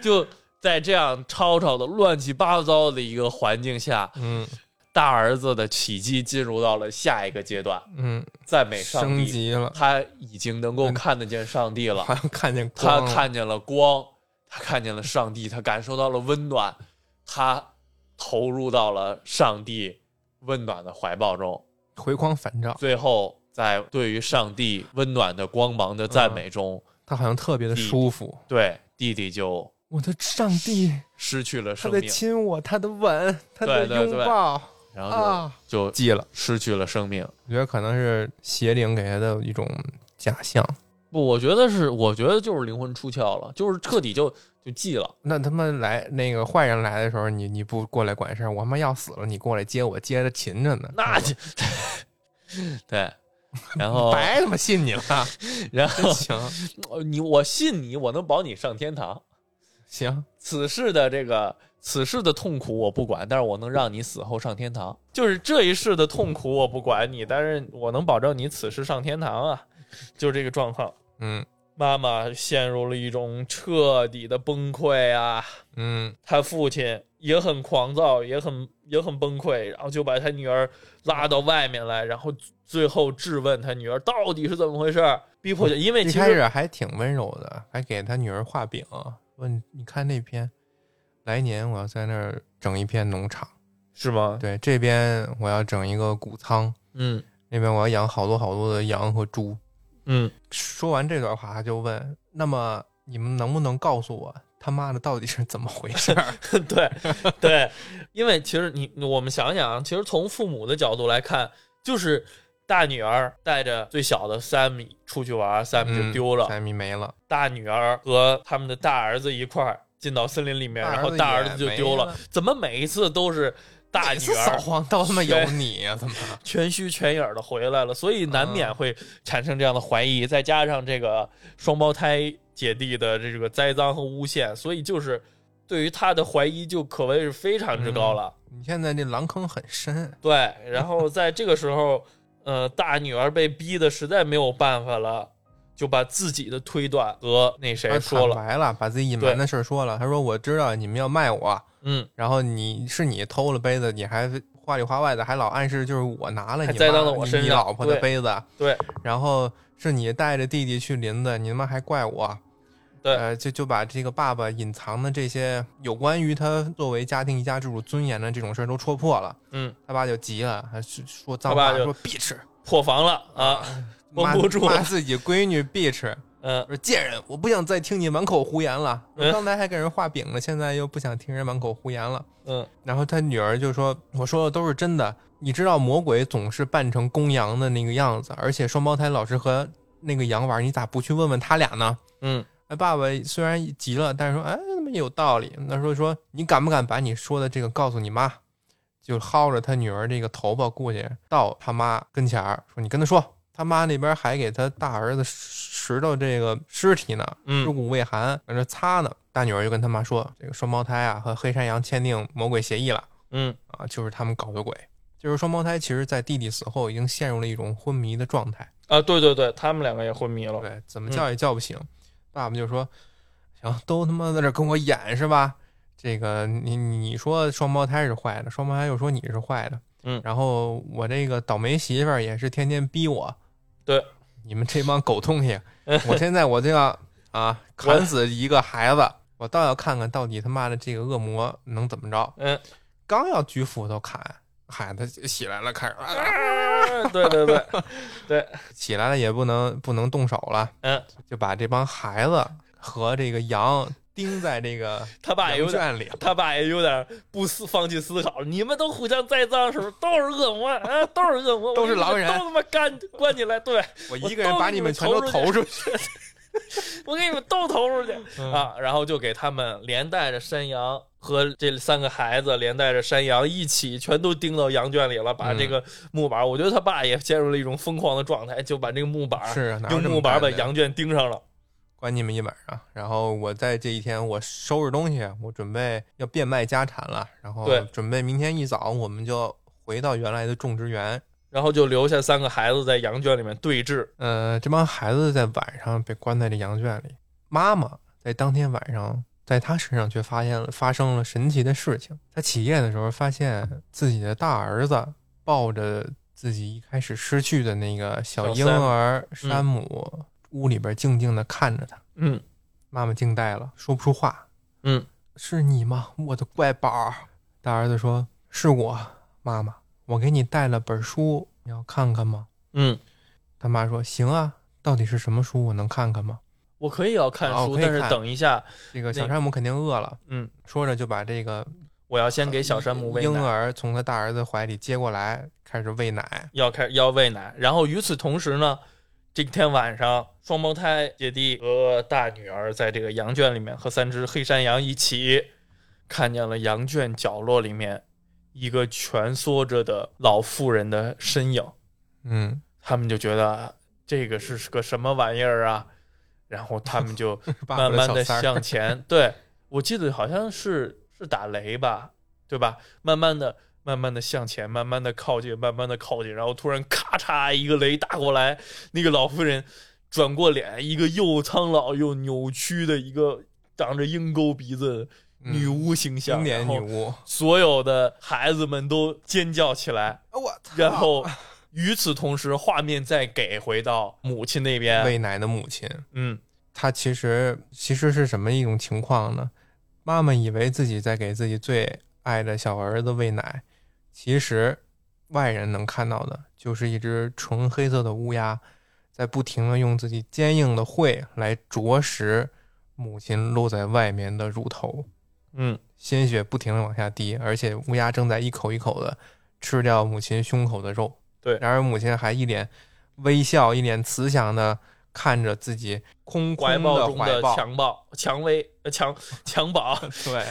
Speaker 3: 就在这样吵吵的乱七八糟的一个环境下，
Speaker 1: 嗯
Speaker 3: 大儿子的起义进入到了下一个阶段，
Speaker 1: 嗯，
Speaker 3: 赞美哎上
Speaker 1: 升
Speaker 3: 帝，
Speaker 1: 级了，
Speaker 3: 他已经能够看得见上帝了，
Speaker 1: 好像看见
Speaker 3: 他
Speaker 1: 光了，
Speaker 3: 看见了光，他看见了上帝，他感受到了温暖，他投入到了上帝温暖的怀抱中，
Speaker 1: 回光返照，
Speaker 3: 最后在对于上帝温暖的光芒的赞美中，
Speaker 1: 他好像特别的
Speaker 3: 弟弟
Speaker 1: 舒服。
Speaker 3: 对弟弟就
Speaker 1: 我的上帝，
Speaker 3: 失去了
Speaker 1: 他
Speaker 3: 生
Speaker 1: 的
Speaker 3: 命，
Speaker 1: 亲我，他的
Speaker 3: *laughs*
Speaker 1: 吻，他的
Speaker 3: 对对嗯
Speaker 1: 拥
Speaker 3: 对
Speaker 1: 抱
Speaker 3: 然后
Speaker 1: 啊，
Speaker 3: 就就
Speaker 1: 记了。
Speaker 3: 失去了生命。
Speaker 1: 我觉得可能是邪灵给他的一种假象。
Speaker 3: 不，我觉得是，我觉得就是灵魂出窍了，就是彻底就就寂了。
Speaker 1: 那他妈来那个坏人来的时候，你你不过来管事儿，我他妈要死了，你过来接我，接着擒着呢，
Speaker 3: *laughs* 那 *laughs* 就对，然
Speaker 1: *laughs*
Speaker 3: 后
Speaker 1: 白他妈信你了，
Speaker 3: 然后
Speaker 1: 真行 *laughs*
Speaker 3: 呃你我信你，我能保你上天堂。
Speaker 1: 行，
Speaker 3: 此世的这个此世的痛苦我不管，但是我能让你死后上天堂。就是这一世的痛苦我不管你，但是我能保证你此世上天堂啊！就这个状况，
Speaker 1: 嗯
Speaker 3: 妈妈陷入了一种彻底的崩溃啊！
Speaker 1: 嗯，
Speaker 3: 他父亲也很狂躁，也很也很崩溃，然后就把他女儿拉到外面来，然后最后质问他女儿到底是怎么回事儿，逼迫因为
Speaker 1: 哦一
Speaker 3: 其
Speaker 1: 开
Speaker 3: 实
Speaker 1: 始还挺温柔的，还给他女儿画饼，说你你看那篇，来年我要在那儿整一片农场，
Speaker 3: 是吗？
Speaker 1: 对，这边我要整一个谷仓，
Speaker 3: 嗯
Speaker 1: 那边我要养好多好多的羊和猪。
Speaker 3: 嗯，
Speaker 1: 说完这段话，他就问，那么你们能不能告诉我他妈的到底是怎么回事儿？
Speaker 3: *laughs* 对对，因为其实你我们想想啊，其实从父母的角度来看，就是大女儿带着最小的 Sammy 出去玩，Sammy
Speaker 1: 嗯
Speaker 3: 就丢了，
Speaker 1: 财迷没了。
Speaker 3: 大女儿和他们的大儿子一块儿进到森林里面，
Speaker 1: 大儿子
Speaker 3: 然后大儿子就丢
Speaker 1: 也没了
Speaker 3: 怎么每一次都是大
Speaker 1: 每
Speaker 3: 女
Speaker 1: 次扫
Speaker 3: 儿
Speaker 1: 黄都他妈有你呀、怎么？
Speaker 3: 全虚全影的回来了，所以难
Speaker 1: 嗯
Speaker 3: 免会产生这样的怀疑。再加上这个双胞胎姐弟的这个栽赃和诬陷，所以就是对于他的怀疑就可谓是非常之
Speaker 1: 嗯
Speaker 3: 高了。
Speaker 1: 你现在这狼坑很深，
Speaker 3: 对，然后在这个时候，呃，大女儿被逼的实在没有办法了，就把自己的推断和那谁
Speaker 1: 他
Speaker 3: 说
Speaker 1: 坦
Speaker 3: 了。
Speaker 1: 白了，把自己隐瞒的事儿说了。他说：“我知道你们要卖我，
Speaker 3: 嗯，
Speaker 1: 然后你是你偷了杯子，你还话里话外的还老暗示就是我拿了
Speaker 3: 还
Speaker 1: 你妈
Speaker 3: 栽赃到我
Speaker 1: 你
Speaker 3: 身
Speaker 1: 你
Speaker 3: 上
Speaker 1: 老婆的
Speaker 3: 对
Speaker 1: 杯子，
Speaker 3: 对，
Speaker 1: 然后是你带着弟弟去林子，你他妈还怪我。”
Speaker 3: 对
Speaker 1: 呃，就就把这个爸爸隐藏的这些有关于他作为家庭一家之主尊严的这种事儿都戳破了，
Speaker 3: 嗯，
Speaker 1: 他爸就急了，还是说脏
Speaker 3: 他
Speaker 1: 话，
Speaker 3: 爸就
Speaker 1: 说 bitch，
Speaker 3: 破防了啊，
Speaker 1: 骂
Speaker 3: 绷不住
Speaker 1: 骂自己闺女 bitch，
Speaker 3: 嗯，
Speaker 1: 说贱人，我不想再听你满口胡言了。
Speaker 3: 嗯
Speaker 1: 我刚才还给人画饼呢，现在又不想听人满口胡言了。
Speaker 3: 嗯，
Speaker 1: 然后他女儿就说：“我说的都是真的，你知道魔鬼总是扮成公羊的那个样子，而且双胞胎老是和那个羊玩，你咋不去问问他俩呢
Speaker 3: 嗯，？”
Speaker 1: 哎，爸爸虽然急了，但是说：“哎，他妈有道理。”那说说你敢不敢把你说的这个告诉你妈？就薅着他女儿这个头发过去到他妈跟前儿，说：“你跟他说，他妈那边还给他大儿子拾到这个尸体呢。”尸
Speaker 3: 嗯，
Speaker 1: 骨未寒，在这擦呢。大女儿就跟他妈说，这个双胞胎啊和黑山羊签订魔鬼协议了
Speaker 3: 嗯，
Speaker 1: 啊，就是他们搞的鬼。就是双胞胎，其实在弟弟死后已经陷入了一种昏迷的状态，
Speaker 3: 啊，对对对，他们两个也昏迷了。
Speaker 1: 对，怎么叫也叫不醒。爸爸就说：“行，都他妈在这跟我演是吧？这个你你说双胞胎是坏的，双胞胎又说你是坏的，
Speaker 3: 嗯
Speaker 1: 然后我这个倒霉媳妇儿也是天天逼我，
Speaker 3: 对，
Speaker 1: 你们这帮狗东
Speaker 3: *laughs*
Speaker 1: 西，我现在我就要啊砍死一个孩子，我倒要看看到底他妈的这个恶魔能怎么着。
Speaker 3: 嗯，
Speaker 1: 刚要举斧头砍，孩子起来了，开始、啊、
Speaker 3: 啊对对
Speaker 1: *laughs*
Speaker 3: 对，
Speaker 1: 起来了也不能不能动手了，
Speaker 3: 嗯，
Speaker 1: 就把这帮孩子和这个羊钉在这 *laughs* 个
Speaker 3: 他爸也
Speaker 1: 羊
Speaker 3: 有点，
Speaker 1: 圈里了。
Speaker 3: 他爸也有点不思放弃思考。你们都互相栽赃，是不是？都是恶魔啊，都是恶
Speaker 1: *laughs*
Speaker 3: 魔，
Speaker 1: 都是狼人
Speaker 3: 我给你们都他妈干关起来。对，
Speaker 1: 我一个人把你们全都
Speaker 3: 我都
Speaker 1: 投出去，
Speaker 3: 我给你们都投出去
Speaker 1: 嗯
Speaker 3: 啊！然后就给他们连带着山羊和这三个孩子，连带着山羊一起全都钉到羊圈里了，把这
Speaker 1: 嗯
Speaker 3: 个木板。我觉得他爸也陷入了一种疯狂的状态，就把这个木板
Speaker 1: 是啊哪有
Speaker 3: 用
Speaker 1: 这么
Speaker 3: 木板
Speaker 1: 干
Speaker 3: 把
Speaker 1: 的呀
Speaker 3: 羊圈钉上了。
Speaker 1: 关你们一晚上。然后我在这一天，我收拾东西，我准备要变卖家产了，然后
Speaker 3: 对
Speaker 1: 准备明天一早我们就回到原来的种植园。
Speaker 3: 然后就留下三个孩子在羊圈里面对峙，
Speaker 1: 呃，这帮孩子在晚上被关在这羊圈里，妈妈在当天晚上在她身上却发现了发生了神奇的事情。她起夜的时候发现自己的大儿子抱着自己一开始失去的那个小
Speaker 3: 小嗯
Speaker 1: 婴
Speaker 3: 山姆
Speaker 1: 儿山姆，屋里边静静的看着他。
Speaker 3: 嗯
Speaker 1: 妈妈惊呆了，说不出话。
Speaker 3: 嗯，
Speaker 1: 是你吗？我的乖宝儿。大儿子说：“是我，妈妈，我给你带了本书，你要看看吗
Speaker 3: 嗯，？”
Speaker 1: 他妈说：“行啊，到底是什么书？我能看看吗
Speaker 3: 我可以要看
Speaker 1: 哦
Speaker 3: 书，
Speaker 1: 可以
Speaker 3: 但是
Speaker 1: 看
Speaker 3: 等一下，？”
Speaker 1: 这个
Speaker 3: 那
Speaker 1: 小
Speaker 3: 个
Speaker 1: 山姆肯定饿了，
Speaker 3: 嗯，
Speaker 1: 说着就把这个
Speaker 3: 我要先给小山姆喂
Speaker 1: 婴
Speaker 3: 奶，
Speaker 1: 儿从他大儿子怀里接过来，开始喂奶。
Speaker 3: 要开要喂奶。然后与此同时呢，这天晚上，双胞胎姐弟和大女儿在这个羊圈里面和三只黑山羊一起，看见了羊圈角落里面一个蜷缩着的老妇人的身影。
Speaker 1: 嗯， *laughs*
Speaker 3: 他们就觉得啊这个是个什么玩意儿啊，然后他们就
Speaker 1: 爸爸
Speaker 3: 慢慢的
Speaker 1: 小三儿 *laughs*
Speaker 3: 向前。对我记得好像是是打雷吧，对吧？慢慢的、慢慢的向前，慢慢的靠近，慢慢的靠近，然后突然咔嚓一个雷打过来，那个老妇人转过脸，一个又苍老又扭曲的一个长着鹰钩鼻子的
Speaker 1: 嗯
Speaker 3: 女巫形象，
Speaker 1: 经典
Speaker 3: 然
Speaker 1: 女
Speaker 3: 后
Speaker 1: 巫。
Speaker 3: 所有的孩子们都尖叫起
Speaker 1: *laughs*
Speaker 3: 来。
Speaker 1: 我
Speaker 3: 然后与此同时，画面再给回到母亲那边。
Speaker 1: 喂奶的母亲，
Speaker 3: 嗯，
Speaker 1: 她其实其实是什么一种情况呢？妈妈以为自己在给自己最爱的小儿子喂奶，其实外人能看到的就是一只纯黑色的乌鸦，在不停的用自己坚硬的喙来啄食母亲露在外面的乳头，
Speaker 3: 嗯，
Speaker 1: 鲜血不停的往下滴，而且乌鸦正在一口一口的吃掉母亲胸口的肉。
Speaker 3: 对
Speaker 1: 然而母亲还一脸微笑，一脸慈祥的看着自己空空
Speaker 3: 怀
Speaker 1: 的
Speaker 3: 抱中
Speaker 1: 怀
Speaker 3: 的
Speaker 1: 抱， *laughs*
Speaker 3: 强暴、蔷薇、呃强强宝，
Speaker 1: 对，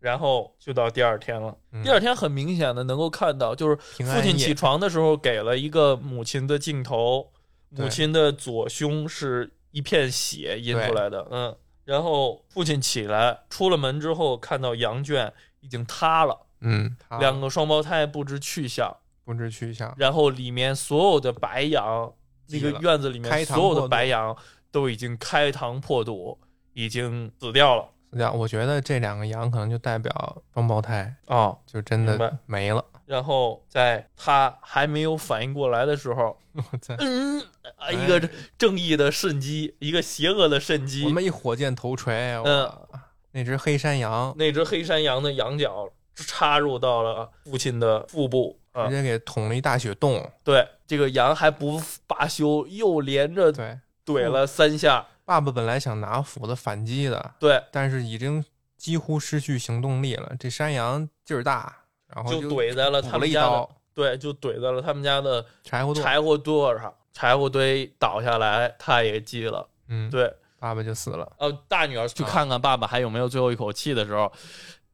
Speaker 3: 然后就到第二天了。
Speaker 1: 嗯
Speaker 3: 第二天很明显的能够看到，就是
Speaker 1: 平
Speaker 3: 父
Speaker 1: 安
Speaker 3: 亲
Speaker 1: 夜
Speaker 3: 起床的时候给了一个母亲的镜头，
Speaker 1: 对
Speaker 3: 母亲的左胸是一片血印出来的，嗯。然后父亲起来出了门之后，看到羊圈已经塌了，
Speaker 1: 嗯，他
Speaker 3: 两个双胞胎不知去向，
Speaker 1: 不知去 *laughs* 向，
Speaker 3: 然后里面所有的白羊，那
Speaker 1: 急
Speaker 3: 个
Speaker 1: 了
Speaker 3: 院子里面
Speaker 1: 开膛
Speaker 3: 所有
Speaker 1: 破
Speaker 3: 的
Speaker 1: 肚
Speaker 3: 白羊都已经开膛破肚，已经死掉了
Speaker 1: 死掉。我觉得这两个羊可能就代表双胞胎，
Speaker 3: 啊、
Speaker 1: 就真
Speaker 3: 明白
Speaker 1: 的没了。 *laughs*
Speaker 3: 然后在他还没有反应过来的时候，
Speaker 1: 我操！
Speaker 3: 嗯，啊一个正义的瞬击，一个邪恶的瞬
Speaker 1: 我
Speaker 3: 击，
Speaker 1: 们一火箭头锤，我
Speaker 3: 嗯
Speaker 1: 那只黑山羊
Speaker 3: 那只黑山羊的羊角插入到了父亲的腹部啊
Speaker 1: 直、接给捅了一大血洞。
Speaker 3: 对，这个羊还不罢休，又连着
Speaker 1: 对，
Speaker 3: 怼了三下，
Speaker 1: 爸爸本来想拿斧子反击的，
Speaker 3: 对，
Speaker 1: 但是已经几乎失去行动力了。这山羊劲儿大，然后
Speaker 3: 就怼在了他
Speaker 1: 补了
Speaker 3: 们
Speaker 1: 一
Speaker 3: 家的，
Speaker 1: 刀，
Speaker 3: 对，就怼在了他们家的
Speaker 1: 柴火垛，
Speaker 3: 柴火垛上，柴火堆倒下来，他也记了，
Speaker 1: 嗯，
Speaker 3: 对，
Speaker 1: 爸爸就死了。
Speaker 3: 呃，大女儿去看看爸爸还有没有最后一口气的时候，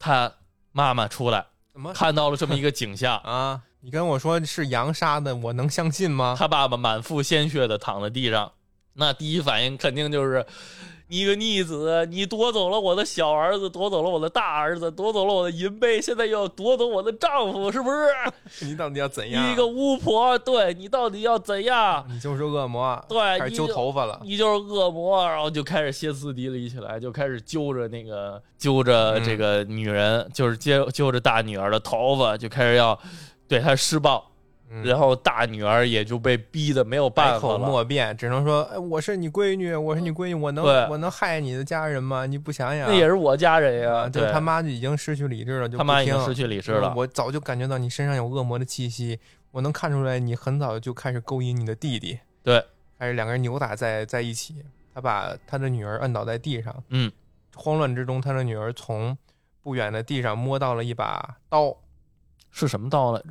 Speaker 3: 她妈妈出来
Speaker 1: 怎么
Speaker 3: 看到了这么一个景 *laughs* 象，
Speaker 1: 啊？你跟我说是羊杀的，我能相信吗？
Speaker 3: 她爸爸满腹鲜血的躺在地上，那第一反应肯定就是。你个逆子！你夺走了我的小儿子，夺走了我的大儿子，夺走了我的银杯，现在又要夺走我的丈夫，是不是？
Speaker 1: 你到底要怎样？
Speaker 3: 你个巫婆，对你到底要怎样？
Speaker 1: 你就是恶魔，
Speaker 3: 对
Speaker 1: 开始
Speaker 3: 你
Speaker 1: 揪
Speaker 3: 就
Speaker 1: 头发了。
Speaker 3: 你就是恶魔，然后就开始歇斯底里起来，就开始揪着那个揪
Speaker 1: 嗯
Speaker 3: 着这个女人，就是接揪着大女儿的头发，就开始要对她施暴，
Speaker 1: 嗯
Speaker 3: 然后大女儿也就被逼的没有
Speaker 1: 百
Speaker 3: 办法
Speaker 1: 口
Speaker 3: 了。
Speaker 1: 莫辩，只能说，哎，我是你闺女，我是你闺女，我能
Speaker 3: 对
Speaker 1: 我能害你的家人吗？你不想想？
Speaker 3: 那也是我家人呀，
Speaker 1: 啊，就
Speaker 3: 对
Speaker 1: 是他妈就已经失去理智了，就
Speaker 3: 他
Speaker 1: 不
Speaker 3: 妈已经
Speaker 1: 听
Speaker 3: 失去理智了。
Speaker 1: 我早就感觉到你身上有恶魔的气息，我能看出来你很早就开始勾引你的弟弟。
Speaker 3: 对，
Speaker 1: 开始两个人扭打在在一起，他把他的女儿摁倒在地上。
Speaker 3: 嗯，
Speaker 1: 慌乱之中，他的女儿从不远的地上摸到了一把刀，
Speaker 3: 是什么刀来着？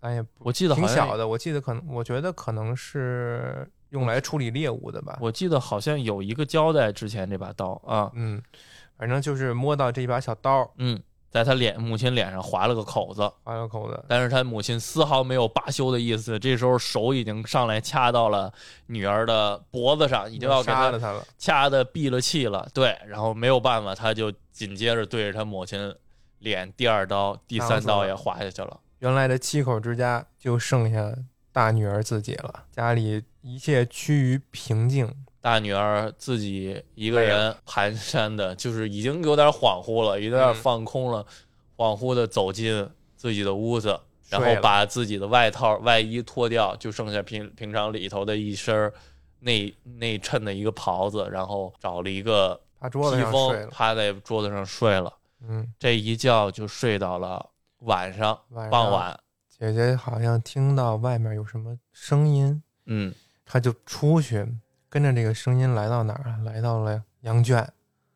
Speaker 1: 咱也不
Speaker 3: 我记得
Speaker 1: 挺
Speaker 3: 好像
Speaker 1: 小的，我记得可能，我觉得可能是用来处理猎物的吧。
Speaker 3: 我记得好像有一个交代之前这把刀啊，
Speaker 1: 嗯，反正就是摸到这一把小刀，
Speaker 3: 嗯，在他脸母亲脸上划了个口子，
Speaker 1: 划了口子，
Speaker 3: 但是他母亲丝毫没有罢休的意思，这时候手已经上来掐到了女儿的脖子上，已经要给
Speaker 1: 杀
Speaker 3: 她
Speaker 1: 了他了。
Speaker 3: 掐的闭了气了。对，然后没有办法，他就紧接着对着他母亲脸第二刀、第三刀也划下去了。
Speaker 1: 原来的七口之家就剩下大女儿自己了，家里一切趋于平静。
Speaker 3: 大女儿自己一个人蹒跚的，就是已经有点恍惚了，有点
Speaker 1: 嗯
Speaker 3: 放空了，恍惚的走进自己的屋子，
Speaker 1: 睡
Speaker 3: 然
Speaker 1: 了
Speaker 3: 后把自己的外套、外衣脱掉，就剩下平平常里头的一身儿内内衬的一个袍子，然后找了一个
Speaker 1: 趴
Speaker 3: 披
Speaker 1: 桌子上睡
Speaker 3: 风
Speaker 1: 了，
Speaker 3: 趴在桌子上睡了。
Speaker 1: 嗯，
Speaker 3: 这一觉就睡到了晚上，
Speaker 1: 晚上
Speaker 3: 傍晚。
Speaker 1: 姐姐好像听到外面有什么声音，
Speaker 3: 嗯，
Speaker 1: 她就出去，跟着这个声音来到哪儿啊？来到了羊圈。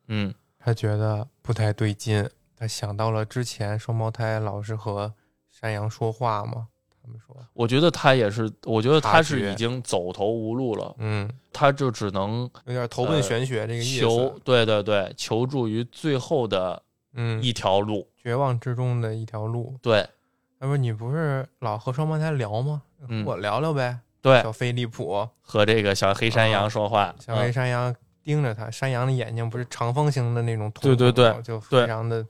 Speaker 3: 嗯，
Speaker 1: 她觉得不太对劲，她想到了之前双胞胎老是和山羊说话嘛，他们说，
Speaker 3: 我觉得他也是，我觉得他
Speaker 1: 察
Speaker 3: 是
Speaker 1: 觉
Speaker 3: 已经走投无路了，
Speaker 1: 嗯，
Speaker 3: 他就只能
Speaker 1: 有点头奔玄学这个意
Speaker 3: 呃求
Speaker 1: 思，，
Speaker 3: 对对对，求助于最后的
Speaker 1: 嗯，
Speaker 3: 一条路。
Speaker 1: 绝望之中的一条路。
Speaker 3: 对
Speaker 1: 他说：“你不是老和双胞胎聊吗？
Speaker 3: 嗯哎
Speaker 1: 和我聊聊呗。
Speaker 3: 对，
Speaker 1: 小飞利浦，
Speaker 3: 和这个小黑山羊说话，
Speaker 1: 小黑
Speaker 3: 嗯
Speaker 1: 山羊盯着他，山羊的眼睛不是长方形的那种瞳孔
Speaker 3: 对
Speaker 1: 吗，
Speaker 3: 对对
Speaker 1: 就
Speaker 3: 对
Speaker 1: 非常的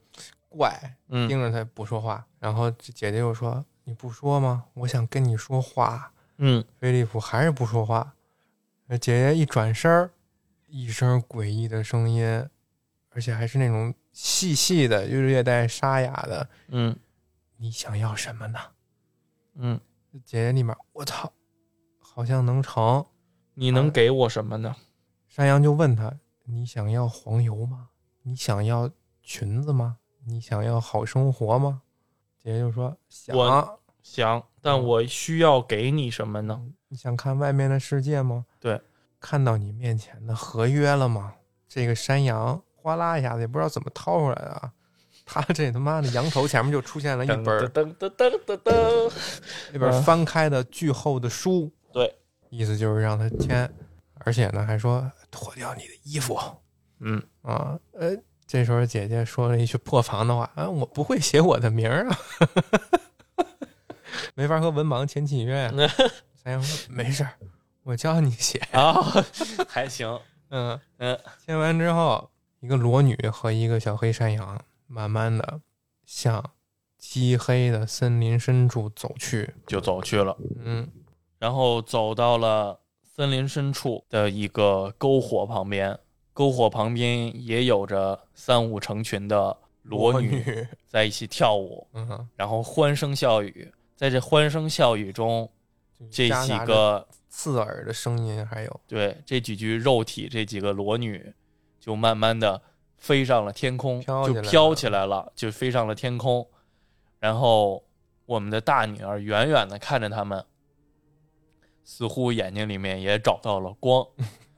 Speaker 1: 怪，
Speaker 3: 嗯
Speaker 1: 盯着他不说话。然后这姐姐又说：“你不说吗？我想跟你说话。”
Speaker 3: 嗯，
Speaker 1: 飞利浦还是不说话。呃姐姐一转身儿，一声诡异的声音，而且还是那种细细的，又略带沙哑的
Speaker 3: 嗯
Speaker 1: 你想要什么呢？
Speaker 3: 嗯，
Speaker 1: 姐姐立马，我操，好像能成。
Speaker 3: 你能给我什么呢？
Speaker 1: 山羊就问他：“你想要黄油吗？你想要裙子吗？你想要好生活吗？”姐姐就说：“想
Speaker 3: 我
Speaker 1: 啊。
Speaker 3: 行，但我需要给你什么呢？
Speaker 1: 你想看外面的世界吗？
Speaker 3: 对，
Speaker 1: 看到你面前的合约了吗？”这个山羊哗啦一下子也不知道怎么掏出来的啊，他这他妈的羊头前面就出现了一
Speaker 3: 噔
Speaker 1: 本儿
Speaker 3: *laughs* 噔噔噔噔噔噔，
Speaker 1: 一本翻开的巨厚的书，
Speaker 3: 对，
Speaker 1: 意思就是让他签，而且呢还说脱掉你的衣服
Speaker 3: 嗯， *laughs*
Speaker 1: 啊，呃，这时候姐姐说了一句破防的话：“啊，我不会写我的名儿啊， *laughs* 没法和文盲签契约呀、
Speaker 3: 嗯
Speaker 1: 三阳说：“没事儿，我教你写。
Speaker 3: 啊，还行，”
Speaker 1: 嗯
Speaker 3: 嗯，
Speaker 1: 签完之后，一个裸女和一个小黑山羊慢慢的向漆黑的森林深处走去。
Speaker 3: 就走去了。
Speaker 1: 嗯，
Speaker 3: 然后走到了森林深处的一个篝火旁边，篝火旁边也有着三五成群的裸女
Speaker 1: 女，
Speaker 3: 在一起跳舞，
Speaker 1: 嗯，
Speaker 3: 然后欢声笑语。在这欢声笑语中，这
Speaker 1: 夹
Speaker 3: 几
Speaker 1: 杂着
Speaker 3: 个
Speaker 1: 刺耳的声音，还有
Speaker 3: 对这几具肉体，这几个裸女就慢慢的飞上了天空，
Speaker 1: 飘起
Speaker 3: 就
Speaker 1: 来了
Speaker 3: 飘起来了，就飞上了天空。然后我们的大女儿远远的看着他们，似乎眼睛里面也找到了光，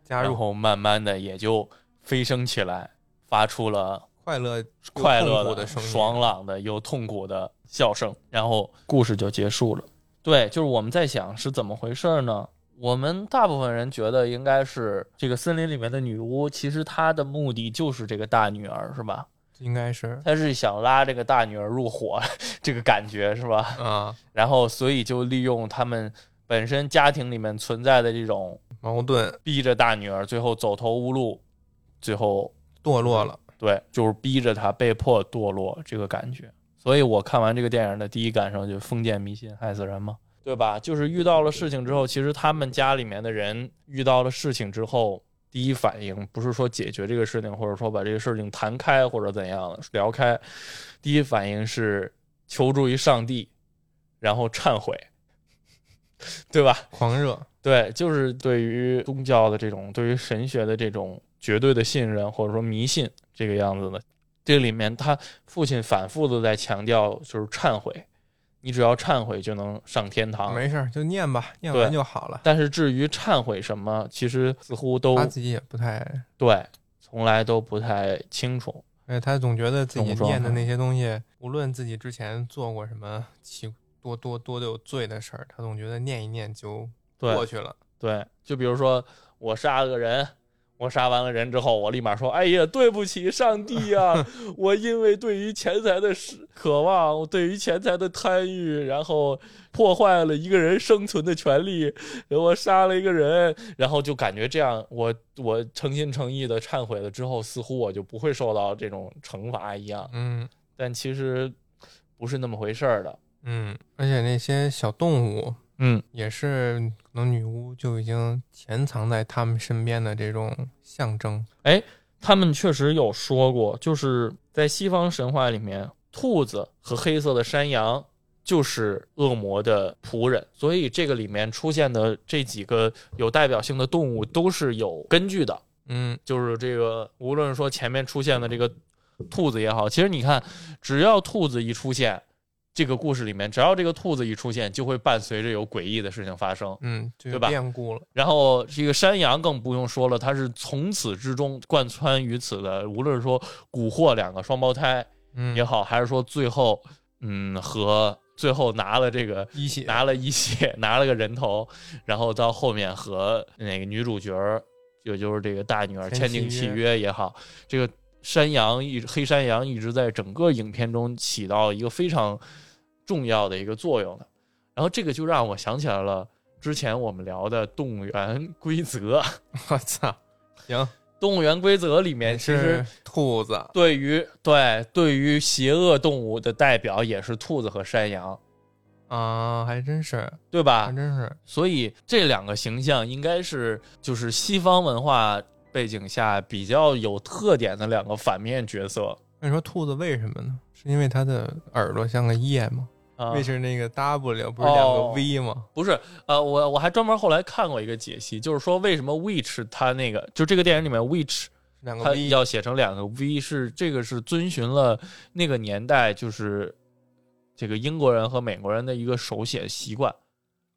Speaker 1: 加
Speaker 3: 然
Speaker 1: 入
Speaker 3: 后慢慢的也就飞升起来，发出了
Speaker 1: 快乐
Speaker 3: 快
Speaker 1: 又
Speaker 3: 乐
Speaker 1: 痛苦
Speaker 3: 的、
Speaker 1: 的声音，
Speaker 3: 爽朗的又痛苦的笑声，然后故事就结束了。对，就是我们在想是怎么回事儿呢？我们大部分人觉得应该是这个森林里面的女巫，其实她的目的就是这个大女儿，是吧？
Speaker 1: 应该是
Speaker 3: 她是想拉这个大女儿入伙， *laughs* 这个感觉是吧？
Speaker 1: 啊
Speaker 3: 然后所以就利用他们本身家庭里面存在的这种，
Speaker 1: 矛盾
Speaker 3: 逼着大女儿最后走投无路，最后
Speaker 1: 堕落了。
Speaker 3: 对，就是逼着他被迫堕落这个感觉。所以我看完这个电影的第一感受就是封建迷信害死人嘛，对吧？就是遇到了事情之后，其实他们家里面的人遇到了事情之后，第一反应不是说解决这个事情，或者说把这个事情谈开或者怎样聊开，第一反应是求助于上帝，然后忏悔，对吧？
Speaker 1: 狂热，
Speaker 3: 对，就是对于宗教的这种，对于神学的这种绝对的信任，或者说迷信这个样子的。这里面他父亲反复的在强调，就是忏悔，你只要忏悔就能上天堂。
Speaker 1: 没事儿就念吧，念
Speaker 3: 啊对
Speaker 1: 完就好了。
Speaker 3: 但是至于忏悔什么，其实似乎都
Speaker 1: 他自己也不太，
Speaker 3: 对，从来都不太清楚。
Speaker 1: 哎，他总觉得自己
Speaker 3: 懂状态
Speaker 1: 念的那些东西，无论自己之前做过什么奇多多多的有罪的事儿，他总觉得念一念就
Speaker 3: 对
Speaker 1: 过去了。
Speaker 3: 对，就比如说我杀了个人，我杀完了人之后，我立马说：“哎呀，对不起，上帝呀、我因为对于钱财的是渴望，我对于钱财的贪欲，然后破坏了一个人生存的权利，我杀了一个人，然后就感觉这样，我我诚心诚意的忏悔了之后，似乎我就不会受到这种惩罚一样，
Speaker 1: 嗯
Speaker 3: 但其实不是那么回事儿的。
Speaker 1: 嗯，而且那些小动物
Speaker 3: 嗯，
Speaker 1: 也是，可能女巫就已经潜藏在他们身边的这种象征。
Speaker 3: 他们确实有说过，就是在西方神话里面，兔子和黑色的山羊就是恶魔的仆人，所以这个里面出现的这几个有代表性的动物都是有根据的。
Speaker 1: 嗯，
Speaker 3: 就是这个，无论说前面出现的这个兔子也好，其实你看，只要兔子一出现，这个故事里面只要这个兔子一出现，就会伴随着有诡异的事情发生。
Speaker 1: 嗯，就
Speaker 3: 对吧
Speaker 1: 变故了。
Speaker 3: 然后这个山羊更不用说了，它是从此之中贯穿于此的，无论说蛊惑两个双胞胎
Speaker 1: 嗯，
Speaker 3: 也好，还是说最后，嗯，和最后拿了这个
Speaker 1: 一起
Speaker 3: 拿了一血， *laughs* 拿了个人头，然后到后面和那个女主角儿，也就是这个大女儿
Speaker 1: 签
Speaker 3: 签
Speaker 1: 契
Speaker 3: 订契
Speaker 1: 约
Speaker 3: 约也好，这个山羊一黑山羊一直在整个影片中起到一个非常重要的一个作用的。然后这个就让我想起来了之前我们聊的动物园规则，
Speaker 1: *laughs*
Speaker 3: *laughs*
Speaker 1: 我操，行，
Speaker 3: 动物园规则里面
Speaker 1: 也
Speaker 3: 其实
Speaker 1: 是兔子。
Speaker 3: 对于对对于邪恶动物的代表也是兔子和山羊，
Speaker 1: 啊，还真是，
Speaker 3: 对吧？
Speaker 1: 还真是，
Speaker 3: 所以这两个形象应该是就是西方文化背景下比较有特点的两个反面角色
Speaker 1: 那你说兔子为什么呢？是因为它的耳朵像个叶吗？
Speaker 3: 啊。哦
Speaker 1: 为是那个 W 不是两个 V 吗？
Speaker 3: 不是，呃，我我还专门后来看过一个解析，就是说为什么 witch 它那个就这个电影里面 witch
Speaker 1: 两个
Speaker 3: 它
Speaker 1: V
Speaker 3: 要写成两个 v，是这个是遵循了那个年代就是这个英国人和美国人的一个手写习惯，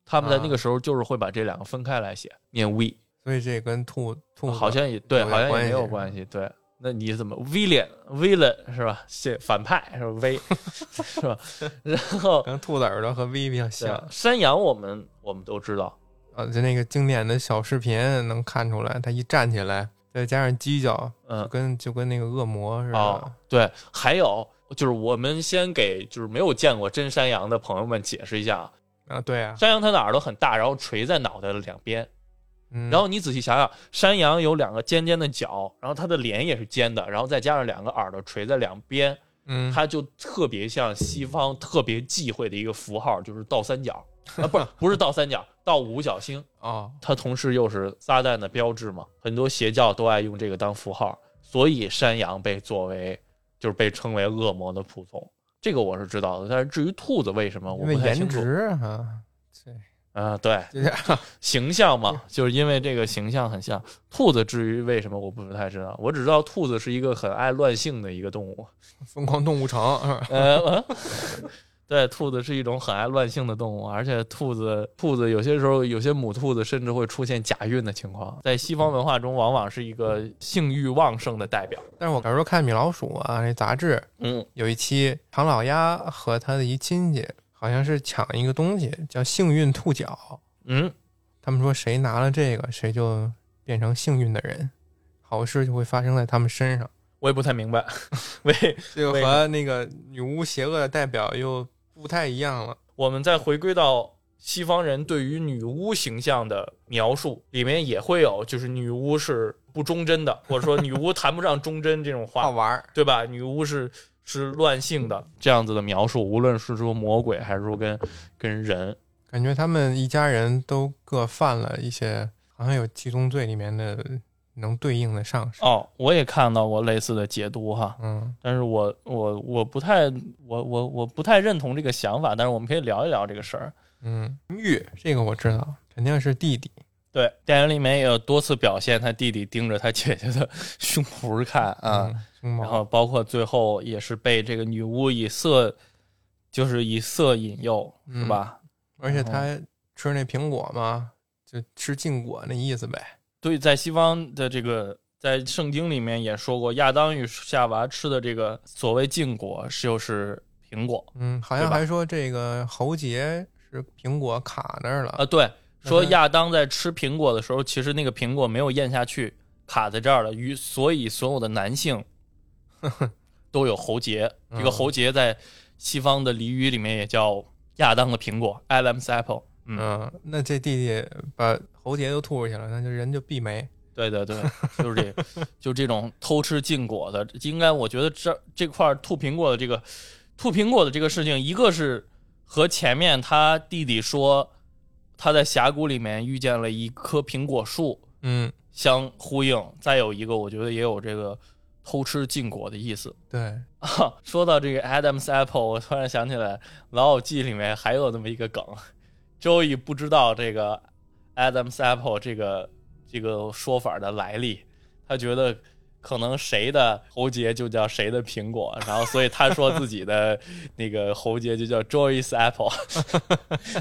Speaker 3: 他们在
Speaker 1: 啊
Speaker 3: 那个时候就是会把这两个分开来写，念 v。
Speaker 1: 所以这跟兔兔子
Speaker 3: 好像也对，
Speaker 1: 有点
Speaker 3: 好像也
Speaker 1: 关
Speaker 3: 没
Speaker 1: 系
Speaker 3: 有
Speaker 1: 是吧
Speaker 3: 关系。对，那你怎么 villain villain 是吧？是反派是吧？v
Speaker 1: *laughs*
Speaker 3: 是吧？然后
Speaker 1: 可能兔子耳朵和 V 比较
Speaker 3: 对
Speaker 1: 像
Speaker 3: 山羊，我们我们都知道，
Speaker 1: 啊，就那个经典的小视频能看出来，它一站起来再加上犄角，
Speaker 3: 嗯
Speaker 1: 就，跟就跟那个恶魔似的。
Speaker 3: 哦，对，还有就是我们先给就是没有见过真山羊的朋友们解释一下啊，
Speaker 1: 啊，对啊，
Speaker 3: 山羊它的耳朵很大，然后垂在脑袋的两边，
Speaker 1: 嗯、
Speaker 3: 然后你仔细想想，山羊有两个尖尖的角，然后它的脸也是尖的，然后再加上两个耳朵垂在两边，
Speaker 1: 嗯，
Speaker 3: 它就特别像西方特别忌讳的一个符号，就是倒三角啊，不是不是倒三角，倒五角星。
Speaker 1: 哦，
Speaker 3: 它同时又是撒旦的标志嘛，很多邪教都爱用这个当符号，所以山羊被作为就是被称为恶魔的仆从，这个我是知道的。但是至于兔子为什么，我
Speaker 1: 因为
Speaker 3: 不太清
Speaker 1: 颜
Speaker 3: 楚。
Speaker 1: 值啊，对，
Speaker 3: 啊、对，
Speaker 1: 就这样。
Speaker 3: 形象
Speaker 1: *laughs*
Speaker 3: 嘛，就是因为这个形象很像兔子。至于为什么，我不太知道，我只知道兔子是一个很爱乱性的一个动物。
Speaker 1: 疯狂动物城，啊
Speaker 3: 呃，啊 *laughs* 对，兔子是一种很爱乱性的动物，而且兔子兔子有些时候有些母兔子甚至会出现假孕的情况，在西方文化中往往是一个性欲旺盛的代表。
Speaker 1: 但是我小时候看《米老鼠》啊，那杂志
Speaker 3: 嗯，
Speaker 1: 有一期，唐老鸭和他的一亲戚好像是抢一个东西，叫幸运兔角。
Speaker 3: 嗯，
Speaker 1: 他们说谁拿了这个，谁就变成幸运的人，好事就会发生在他们身上。
Speaker 3: 我也不太明白，为
Speaker 1: 这个
Speaker 3: 为
Speaker 1: 和那个女巫邪恶的代表又不太一样了。
Speaker 3: 我们再回归到西方人对于女巫形象的描述，里面也会有就是女巫是不忠贞的，或者说女巫谈不上忠贞这
Speaker 1: *laughs*
Speaker 3: 种
Speaker 1: 好
Speaker 3: 话，
Speaker 1: 玩儿，
Speaker 3: 对吧？女巫是是乱性的这样子的描述，无论是说魔鬼还是说跟跟人，
Speaker 1: 感觉他们一家人都各犯了一些，好像有七宗罪里面的能对应的上身。
Speaker 3: 哦，我也看到过类似的解读哈，
Speaker 1: 嗯，
Speaker 3: 但是我我我不太我我我不太认同这个想法，但是我们可以聊一聊这个事儿。
Speaker 1: 嗯，玉这个我知道，肯定是弟弟。
Speaker 3: 对，电影里面也有多次表现他弟弟盯着他姐姐的胸脯看啊，
Speaker 1: 嗯，胸毛
Speaker 3: 然后包括最后也是被这个女巫以色，就是以色引诱，
Speaker 1: 嗯
Speaker 3: 是吧？
Speaker 1: 而且
Speaker 3: 然后
Speaker 1: 他吃那苹果嘛，就吃禁果那意思呗。
Speaker 3: 对，在西方的这个在圣经里面也说过，亚当与夏娃吃的这个所谓禁果，是就是苹果
Speaker 1: 嗯，好像
Speaker 3: 对吧
Speaker 1: 还说这个喉结是苹果卡那儿了。
Speaker 3: 啊、对，说
Speaker 1: 嗯哼
Speaker 3: 亚当在吃苹果的时候，其实那个苹果没有咽下去，卡在这儿了，于所以所有的
Speaker 1: *laughs*
Speaker 3: 男性都有喉结，这个
Speaker 1: 嗯
Speaker 3: 喉结在西方的俚语里面也叫亚当的苹果 （Adam's apple）。嗯
Speaker 1: 嗯，那这弟弟把喉结都吐出去了，那就人就闭没。
Speaker 3: 对对对，就是这个，就这种偷吃禁果的，应该我觉得这这块儿吐苹果的这个吐苹果的这个事情，一个是和前面他弟弟说他在峡谷里面遇见了一棵苹果树
Speaker 1: 嗯，
Speaker 3: 相呼应，再有一个我觉得也有这个偷吃禁果的意思。
Speaker 1: 对，
Speaker 3: 啊， *laughs* 说到这个 Adam's Apple，我突然想起来《老友记》里面还有那么一个梗，周易不知道这个 Adam's Apple 这个这个说法的来历，他觉得可能谁的喉结就叫谁的苹果，然后所以他说自
Speaker 1: *laughs*
Speaker 3: 己的那个喉结就叫 Joyce Apple，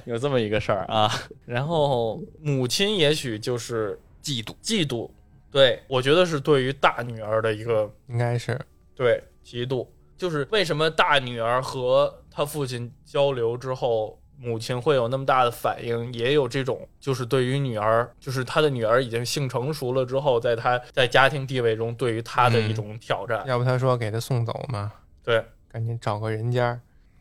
Speaker 3: 有这么一个事儿啊。然后母亲也许就是
Speaker 1: 嫉妒
Speaker 3: 嫉妒，对我觉得是对于大女儿的一个
Speaker 1: 应该是，
Speaker 3: 对，嫉妒就是为什么大女儿和她父亲交流之后，母亲会有那么大的反应，也有这种就是对于女儿，就是她的女儿已经性成熟了之后，在她在家庭地位中对于她的一种挑战。
Speaker 1: 要不他说给他送走嘛，
Speaker 3: 对
Speaker 1: 赶紧找个人家儿。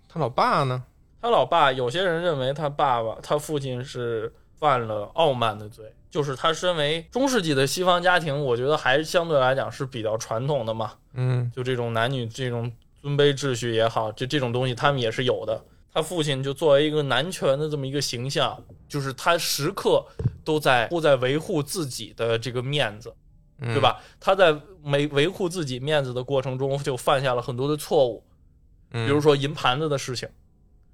Speaker 1: 他老爸呢？
Speaker 3: 她老爸，有些人认为她爸爸她父亲是犯了傲慢的罪。就是他身为中世纪的西方家庭，我觉得还是相对来讲是比较传统的嘛，
Speaker 1: 嗯，
Speaker 3: 就这种男女这种尊卑秩序也好，这这种东西他们也是有的。他父亲就作为一个男权的这么一个形象，就是他时刻都在都在维护自己的这个面子，
Speaker 1: 对
Speaker 3: 对？吧？他在维维护自己面子的过程中，就犯下了很多的错误，
Speaker 1: 比
Speaker 3: 比如，说银盘子的事情。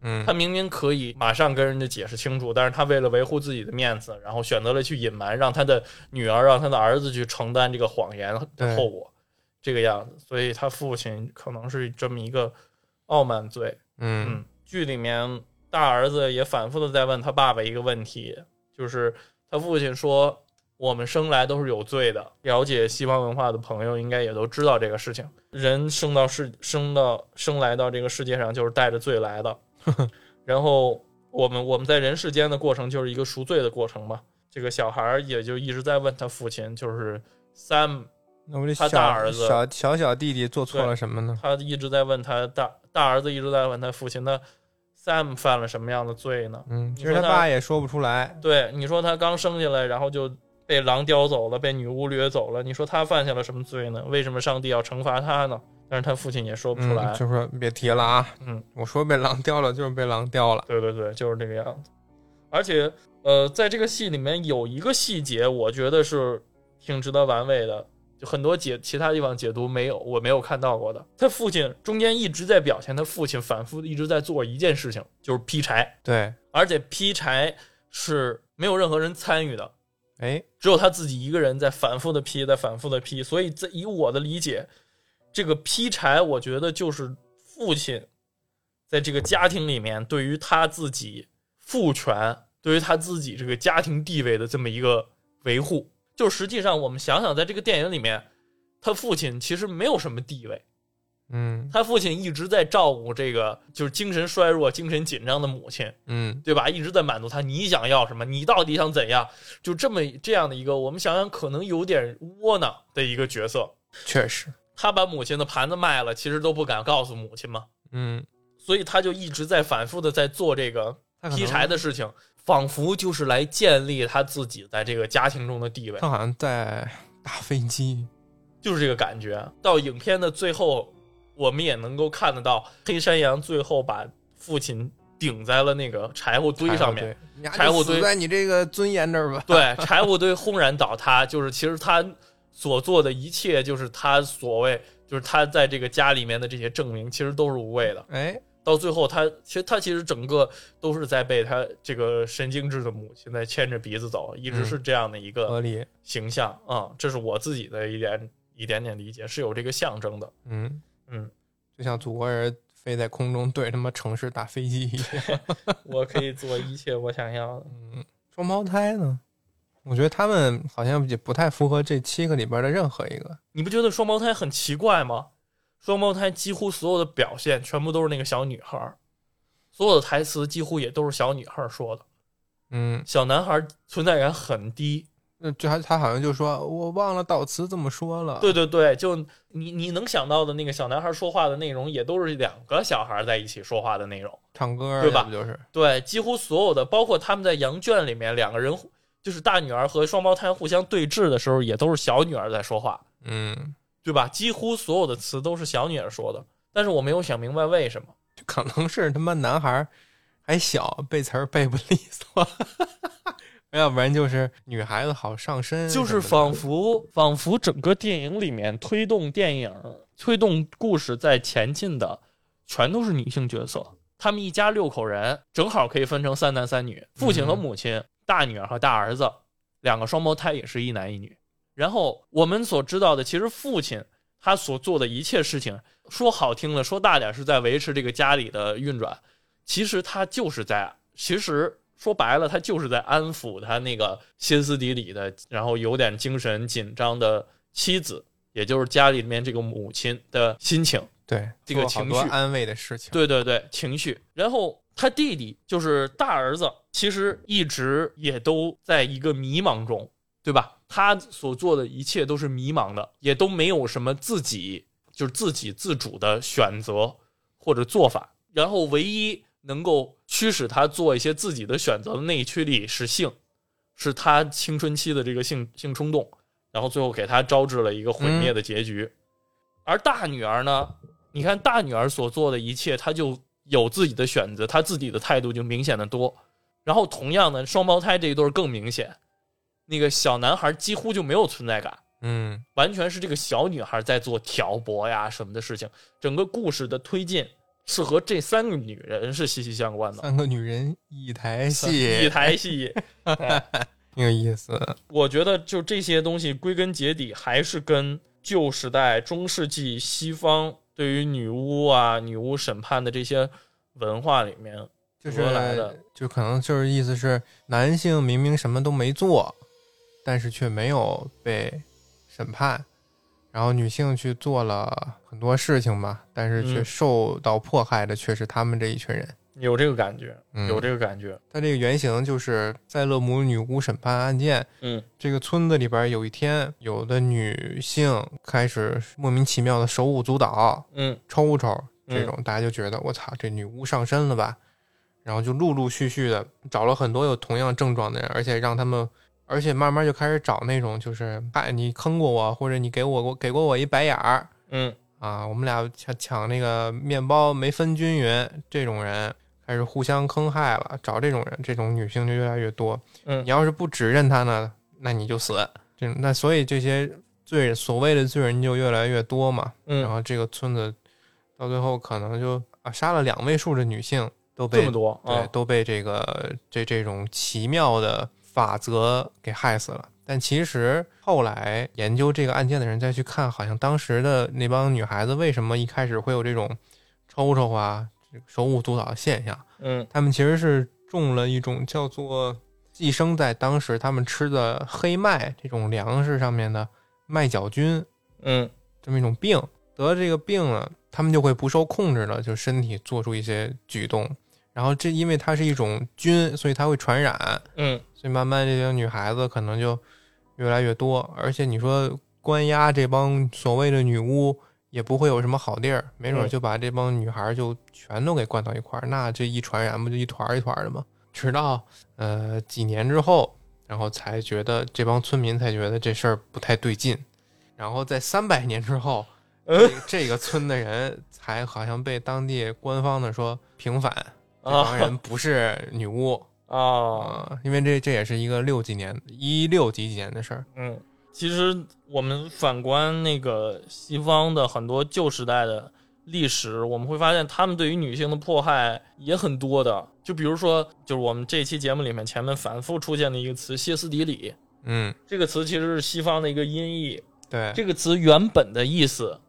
Speaker 1: 嗯
Speaker 3: 他，明明可以马上跟人家解释清楚，但是他为了维护自己的面子，然后选择了去隐瞒，让他的女儿、让他的儿子去承担这个谎言
Speaker 1: 对
Speaker 3: 的后果，这个样子。所以他父亲可能是这么一个傲慢罪。
Speaker 1: 嗯，，
Speaker 3: 剧里面大儿子也反复的在问他爸爸一个问题，就是他父亲说：“我们生来都是有罪的。”了解西方文化的朋友应该也都知道这个事情。人生到世， *laughs* 生到生来到这个世界上就是带着罪来的。然后我们我们在人世间的过程就是一个赎罪的过程嘛。这个小孩儿也就一直在问他父亲，就是 Sam
Speaker 1: 那我这
Speaker 3: 他
Speaker 1: 小
Speaker 3: 大儿子
Speaker 1: 小小小弟弟做错了什么呢？
Speaker 3: 他一直在问他大大儿子一直在问他父亲，那 Sam 犯了什么样的罪呢？
Speaker 1: 嗯，
Speaker 3: 你
Speaker 1: 其实
Speaker 3: 说
Speaker 1: 他
Speaker 3: 他
Speaker 1: 爸也说不出来。
Speaker 3: 对，你说他刚生下来，然后就被狼叼走了，被女巫掠走了，你说他犯下了什么罪呢？为什么上帝要惩罚他呢？但是他父亲也说不出来
Speaker 1: 嗯，。就说别提了啊！
Speaker 3: 嗯，
Speaker 1: 我说被狼叼了就是被狼叼了。
Speaker 3: 对对对，就是这个样子。而且，呃，在这个戏里面有一个细节，我觉得是挺值得玩味的，就很多解其他地方解读没有，我没有看到过的。他父亲中间一直在表现，他父亲反复一直在做一件事情，就是劈柴，
Speaker 1: 对，
Speaker 3: 而且劈柴是没有任何人参与的，
Speaker 1: 哎，
Speaker 3: 只有他自己一个人在反复的劈，在反复的劈。所以，在以我的理解，这个劈柴，我觉得就是父亲在这个家庭里面对于他自己父权，对于他自己这个家庭地位的这么一个维护。就实际上，我们想想，在这个电影里面，他父亲其实没有什么地位，
Speaker 1: 嗯
Speaker 3: 他父亲一直在照顾这个就是精神衰弱、精神紧张的母亲。
Speaker 1: 嗯，
Speaker 3: 对吧？一直在满足他，你想要什么？你到底想怎样？就这么这样的一个，我们想想可能有点窝囊的一个角色。
Speaker 1: 确实，
Speaker 3: 他把母亲的盘子卖了，其实都不敢告诉母亲嘛，
Speaker 1: 嗯，
Speaker 3: 所以他就一直在反复的在做这个
Speaker 1: 他可
Speaker 3: 劈
Speaker 1: 能
Speaker 3: 柴的事情，仿佛就是来建立他自己在这个家庭中的地位，
Speaker 1: 他好像在打飞机。
Speaker 3: 就是这个感觉。啊到影片的最后，我们也能够看得到黑山羊最后把父亲顶在了那个柴火堆上面。
Speaker 1: 对，你丫就
Speaker 3: 柴火
Speaker 1: 死
Speaker 3: 堆
Speaker 1: 在你这个尊严这儿吧。
Speaker 3: *laughs* 对，柴火堆轰然倒塌，就是其实他所做的一切，就是他所谓，就是他在这个家里面的这些证明，其实都是无谓的。
Speaker 1: 哎，
Speaker 3: 到最后他，其实他其实整个都是在被他这个神经质的母亲在牵着鼻子走，一直是这样的一
Speaker 1: 合
Speaker 3: 个
Speaker 1: 理。
Speaker 3: 形象啊、嗯这是我自己的一点一点点理解，是有这个象征的。
Speaker 1: 嗯
Speaker 3: 嗯，
Speaker 1: 就像祖国人飞在空中对他妈城市打飞机一样。
Speaker 3: *laughs*
Speaker 1: *laughs*
Speaker 3: 我可以做一切我想要的。
Speaker 1: 嗯，双胞胎呢？我觉得他们好像也不太符合这七个里边的任何一个。
Speaker 3: 你不觉得双胞胎很奇怪吗？双胞胎几乎所有的表现全部都是那个小女孩儿，所有的台词几乎也都是小女孩儿说的，
Speaker 1: 嗯，
Speaker 3: 小男孩儿存在感很低。
Speaker 1: 那就他他好像就说我忘了导词怎么说了。
Speaker 3: 对对对，就你你能想到的那个小男孩儿说话的内容，也都是两个小孩儿在一起说话的内容。
Speaker 1: 唱歌儿
Speaker 3: 对吧
Speaker 1: 要不就是
Speaker 3: 对，几乎所有的，包括他们在羊圈里面，两个人互就是大女儿和双胞胎互相对峙的时候，也都是小女儿在说话，
Speaker 1: 嗯，
Speaker 3: 对吧？几乎所有的词都是小女儿说的，但是我没有想明白为什么。
Speaker 1: 就可能是他妈男孩儿还小，背词儿背不利索， *laughs* 要不然就是女孩子好上身什
Speaker 3: 就
Speaker 1: 么的，
Speaker 3: 是仿佛仿佛整个电影里面推动电影、推动故事在前进的，全都是女性角色。他们一家六口人正好可以分成三男三女，父亲和母亲、大女儿和大儿子，两个双胞胎也是一男一女。然后我们所知道的，其实父亲他所做的一切事情，说好听了，说大点是在维持这个家里的运转，其实他就是在，其实说白了，他就是在安抚他那个歇斯底里的，然后有点精神紧张的妻子，也就是家里面这个母亲的心情。
Speaker 1: 对
Speaker 3: 这个
Speaker 1: 做好
Speaker 3: 情
Speaker 1: 多
Speaker 3: 绪
Speaker 1: 安慰的事情。
Speaker 3: 对对对，情绪。然后他弟弟就是大儿子，其实一直也都在一个迷茫中，对吧？他所做的一切都是迷茫的，也都没有什么自己就是自己自主的选择或者做法。然后唯一能够驱使他做一些自己的选择的内驱力是性，是他青春期的这个性性冲动，然后最后给他招致了一个毁灭的结局。而大女儿呢，你看大女儿所做的一切，她就有自己的选择，她自己的态度就明显的多。然后同样的，双胞胎这一对儿更明显，那个小男孩几乎就没有存在感，
Speaker 1: 嗯，
Speaker 3: 完全是这个小女孩在做挑拨呀什么的事情。整个故事的推进是和这三个女人是息息相关的，
Speaker 1: 三个女人一台
Speaker 3: 一
Speaker 1: 戏，
Speaker 3: 台戏。 *laughs*
Speaker 1: 挺有意思。
Speaker 3: 我觉得就这些东西归根结底还是跟旧时代、中世纪西方对于女巫啊、女巫审判的这些文化里面，
Speaker 1: 就
Speaker 3: 怎么来的
Speaker 1: 是就可能就是意思是男性明明什么都没做，但是却没有被审判，然后女性去做了很多事情吧，但是却
Speaker 3: 嗯
Speaker 1: 受到迫害的却是他们这一群人。
Speaker 3: 有这个感觉，
Speaker 1: 嗯
Speaker 3: 有这个感觉，
Speaker 1: 它这个原型就是在勒姆女巫审判案件
Speaker 3: 嗯
Speaker 1: 这个村子里边，有一天有的女性开始莫名其妙的手舞足蹈、
Speaker 3: 嗯
Speaker 1: 抽抽这种，大家就觉得我操，这女巫上身了吧？然后就陆陆续续的找了很多有同样症状的人，而且让他们，而且慢慢就开始找那种就是，哎，你坑过我，或者你给我过给过我一白眼儿，
Speaker 3: 嗯
Speaker 1: 啊，我们俩抢抢那个面包没分均匀，这种人开始互相坑害了，找这种人，这种女性就越来越多。
Speaker 3: 嗯
Speaker 1: 你要是不指认他呢，那你就死。这种那所以这些罪人所谓的罪人就越来越多嘛。然
Speaker 3: 嗯，
Speaker 1: 后这个村子到最后可能就啊杀了两位数的女性都
Speaker 3: 这
Speaker 1: 被
Speaker 3: 么多
Speaker 1: 对
Speaker 3: 啊，
Speaker 1: 都被这个这这种奇妙的法则给害死了。但其实后来研究这个案件的人再去看，好像当时的那帮女孩子为什么一开始会有这种抽抽啊、这个手舞足蹈的现象，
Speaker 3: 嗯
Speaker 1: 她们其实是中了一种叫做寄生在当时她们吃的黑麦这种粮食上面的麦角菌
Speaker 3: 嗯
Speaker 1: 这么一种病。得了这个病了，他们就会不受控制的，就身体做出一些举动。然后这因为它是一种菌，所以它会传染，
Speaker 3: 嗯
Speaker 1: 所以慢慢这些女孩子可能就越来越多。而且你说关押这帮所谓的女巫，也不会有什么好地儿，没准儿
Speaker 3: 嗯
Speaker 1: 就把这帮女孩儿就全都给关到一块儿，那这一传染不就一团儿一团儿的吗？ *laughs* 直到呃几年之后，然后才觉得这帮村民才觉得这事儿不太对劲，然后在三百年之后， *laughs*
Speaker 3: 嗯
Speaker 1: 这个村的人才好像被当地官方的说平反，这帮
Speaker 3: 啊
Speaker 1: 人不是女巫
Speaker 3: 啊 *laughs*
Speaker 1: 啊、因为这这也是一个六几年一六几几年的事儿，
Speaker 3: 嗯，其实我们反观那个西方的很多旧时代的历史，我们会发现他们对于女性的迫害也很多的。就比如说，就是我们这期节目里面前面反复出现的一个词“歇斯底里
Speaker 1: 嗯，”，
Speaker 3: 这个词其实是西方的一个音译。
Speaker 1: 对，
Speaker 3: 这个词原本的意思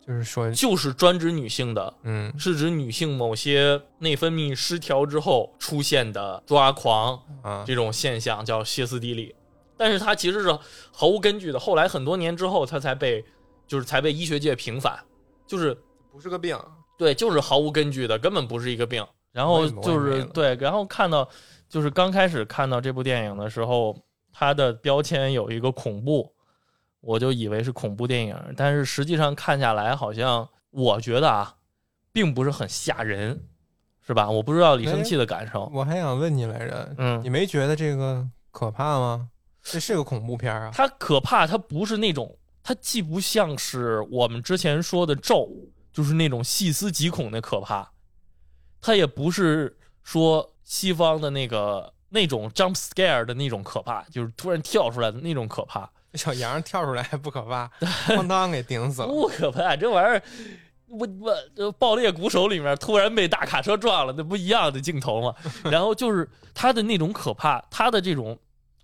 Speaker 1: 就是说，
Speaker 3: 就是专指女性的，
Speaker 1: 嗯
Speaker 3: 是指女性某些内分泌失调之后出现的抓狂、
Speaker 1: 啊，
Speaker 3: 这种现象叫歇斯底里，但是它其实是毫无根据的。后来很多年之后，它才被就是才被医学界平反，就是啊
Speaker 1: 不是个病，
Speaker 3: 对，就是毫无根据的，根本不是一个病。然后
Speaker 1: 我也
Speaker 3: 就
Speaker 1: 我也没
Speaker 3: 是
Speaker 1: 了
Speaker 3: 对，然后看到就是刚开始看到这部电影的时候，它的标签有一个恐怖，我就以为是恐怖电影，但是实际上看下来，好像我觉得啊，并不是很吓人，是吧？我不知道李
Speaker 1: 哎
Speaker 3: 生气的感受，
Speaker 1: 我还想问你来着，
Speaker 3: 嗯，
Speaker 1: 你没觉得这个可怕吗？这是个恐怖片儿啊，
Speaker 3: 它可怕，它不是那种，它既不像是我们之前说的咒，就是那种细思极恐的可怕，它也不是说西方的那个那种 jump scare 的那种可怕，就是突然跳出来的那种可怕，
Speaker 1: 这小羊跳出来还不可怕，哐当给顶死
Speaker 3: *laughs*
Speaker 1: 了，
Speaker 3: 不可怕，这玩意儿。我我呃爆裂鼓手里面突然被大卡车撞了，那不一样的镜头吗？ *laughs* 然后就是它的那种可怕，它的这种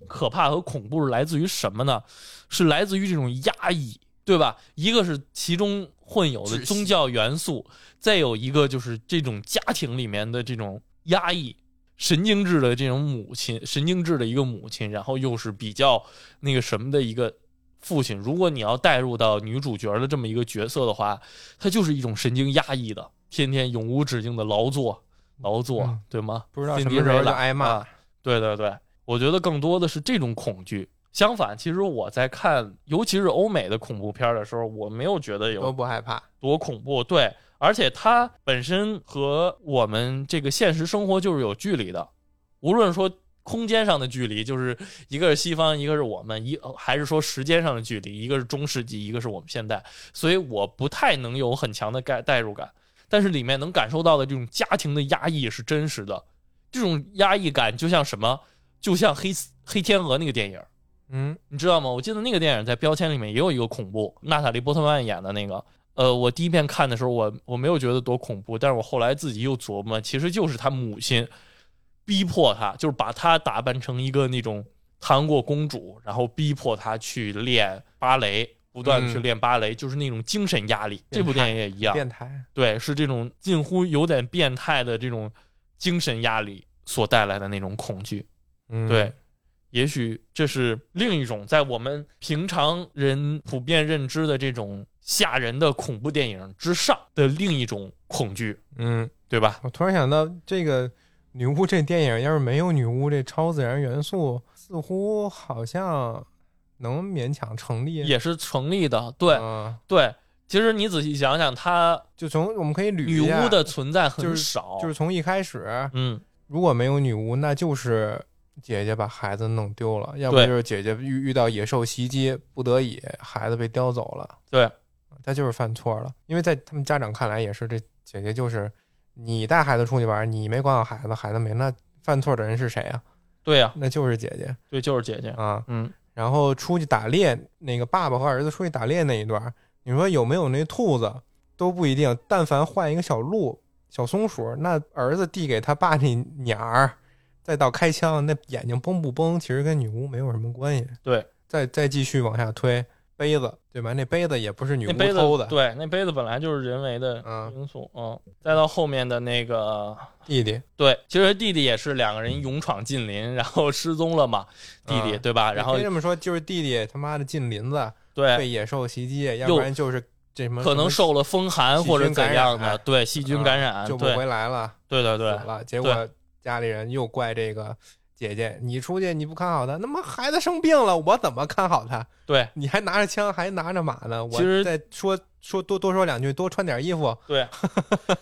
Speaker 3: 可怕和恐怖是来自于什么呢？是来自于这种压抑，对吧？一个是其中混有的
Speaker 1: 窒息
Speaker 3: 宗教元素，再有一个就是这种家庭里面的这种压抑。神经质的这种母亲，神经质的一个母亲，然后又是比较那个什么的一个父亲。如果你要带入到女主角的这么一个角色的话，她就是一种神经压抑的，天天永无止境的劳作，劳作，
Speaker 1: 嗯
Speaker 3: 对吗？
Speaker 1: 不知道
Speaker 3: 心
Speaker 1: 什
Speaker 3: 底
Speaker 1: 么时候
Speaker 3: 累
Speaker 1: 就
Speaker 3: 了
Speaker 1: 挨骂
Speaker 3: 啊。对对对，我觉得更多的是这种恐惧。相反，其实我在看，尤其是欧美的恐怖片儿的时候，我没有觉得
Speaker 1: 都
Speaker 3: 有
Speaker 1: 不害怕，
Speaker 3: 多恐怖。对，而且它本身和我们这个现实生活就是有距离的，无论说空间上的距离，就是一个是西方，一个是我们，一还是说时间上的距离，一个是中世纪，一个是我们现代，所以我不太能有很强的代代入感。但是里面能感受到的这种家庭的压抑是真实的，这种压抑感就像什么，就像黑黑天鹅那个电影，
Speaker 1: 嗯，
Speaker 3: 你知道吗？我记得那个电影在标签里面也有一个恐怖，娜塔莉波特曼演的那个。呃，我第一遍看的时候，我我没有觉得多恐怖，但是我后来自己又琢磨，其实就是他母亲逼迫他，就是把他打扮成一个那种韩国公主，然后逼迫他去练芭蕾，不断地去
Speaker 1: 嗯
Speaker 3: 练芭蕾，就是那种精神压力。
Speaker 1: 变态
Speaker 3: 这部电影也一样，
Speaker 1: 变态，
Speaker 3: 对，是这种近乎有点变态的这种精神压力所带来的那种恐惧。
Speaker 1: 嗯，
Speaker 3: 对，，也许这是另一种在我们平常人普遍认知的这种吓人的恐怖电影之上的另一种恐惧。
Speaker 1: 嗯，
Speaker 3: 对吧？
Speaker 1: 我突然想到，这个女巫这电影要是没有女巫这超自然元素，似乎好像能勉强成立。
Speaker 3: 也是成立的。对、
Speaker 1: 嗯
Speaker 3: 对，其实你仔细想想，它
Speaker 1: 就从我们可以捋
Speaker 3: 女
Speaker 1: 一下
Speaker 3: 巫的，存在
Speaker 1: 就
Speaker 3: 很
Speaker 1: 是
Speaker 3: 少，
Speaker 1: 就是从一开始，
Speaker 3: 嗯，
Speaker 1: 如果没有女巫，那就是姐姐把孩子弄丢了，要不
Speaker 3: 对
Speaker 1: 就是姐姐遇遇到野兽袭击，不得已孩子被叼走了。
Speaker 3: 对，
Speaker 1: 她就是犯错了，因为在他们家长看来也是，这姐姐就是你带孩子出去玩，你没管好孩子，孩子没那犯错的人是谁啊？
Speaker 3: 对呀、
Speaker 1: 那就是姐姐
Speaker 3: 对，就是姐姐，
Speaker 1: 啊。
Speaker 3: 嗯，
Speaker 1: 然后出去打猎，那个爸爸和儿子出去打猎那一段，你说有没有那兔子都不一定，但凡换一个小鹿、小松鼠，那儿子递给他爸那鸟儿，再到开枪，那眼睛崩不崩，其实跟女巫没有什么关系。
Speaker 3: 对，
Speaker 1: 再再继续往下推，杯子对吧？那杯子也不是女
Speaker 3: 那
Speaker 1: 巫
Speaker 3: 杯子
Speaker 1: 偷的，
Speaker 3: 对，那杯子本来就是人为的
Speaker 1: 嗯
Speaker 3: 因素，嗯，再到后面的那个。
Speaker 1: 弟弟
Speaker 3: 对，其实弟弟也是两个人勇闯近邻，然后失踪了嘛，弟弟、
Speaker 1: 嗯
Speaker 3: 对吧？啊然后
Speaker 1: 你可以这么说，就是弟弟他妈的进林子
Speaker 3: 对，
Speaker 1: 被野兽袭击，要不然就是这什么
Speaker 3: 可能
Speaker 1: 什么
Speaker 3: 受了风寒
Speaker 1: 细
Speaker 3: 或者
Speaker 1: 菌
Speaker 3: 怎
Speaker 1: 感
Speaker 3: 样
Speaker 1: 染
Speaker 3: 的，对，细菌
Speaker 1: 嗯
Speaker 3: 感染，
Speaker 1: 救不
Speaker 3: 对
Speaker 1: 回来了。
Speaker 3: 对对对
Speaker 1: 死，了，结果家里人又怪这个姐姐，你出去你不看好他，那么孩子生病了，我怎么看好他？
Speaker 3: 对
Speaker 1: 你还拿着枪，还拿着马呢，
Speaker 3: 其实
Speaker 1: 我再说说多多说两句，多穿点衣服，
Speaker 3: 对，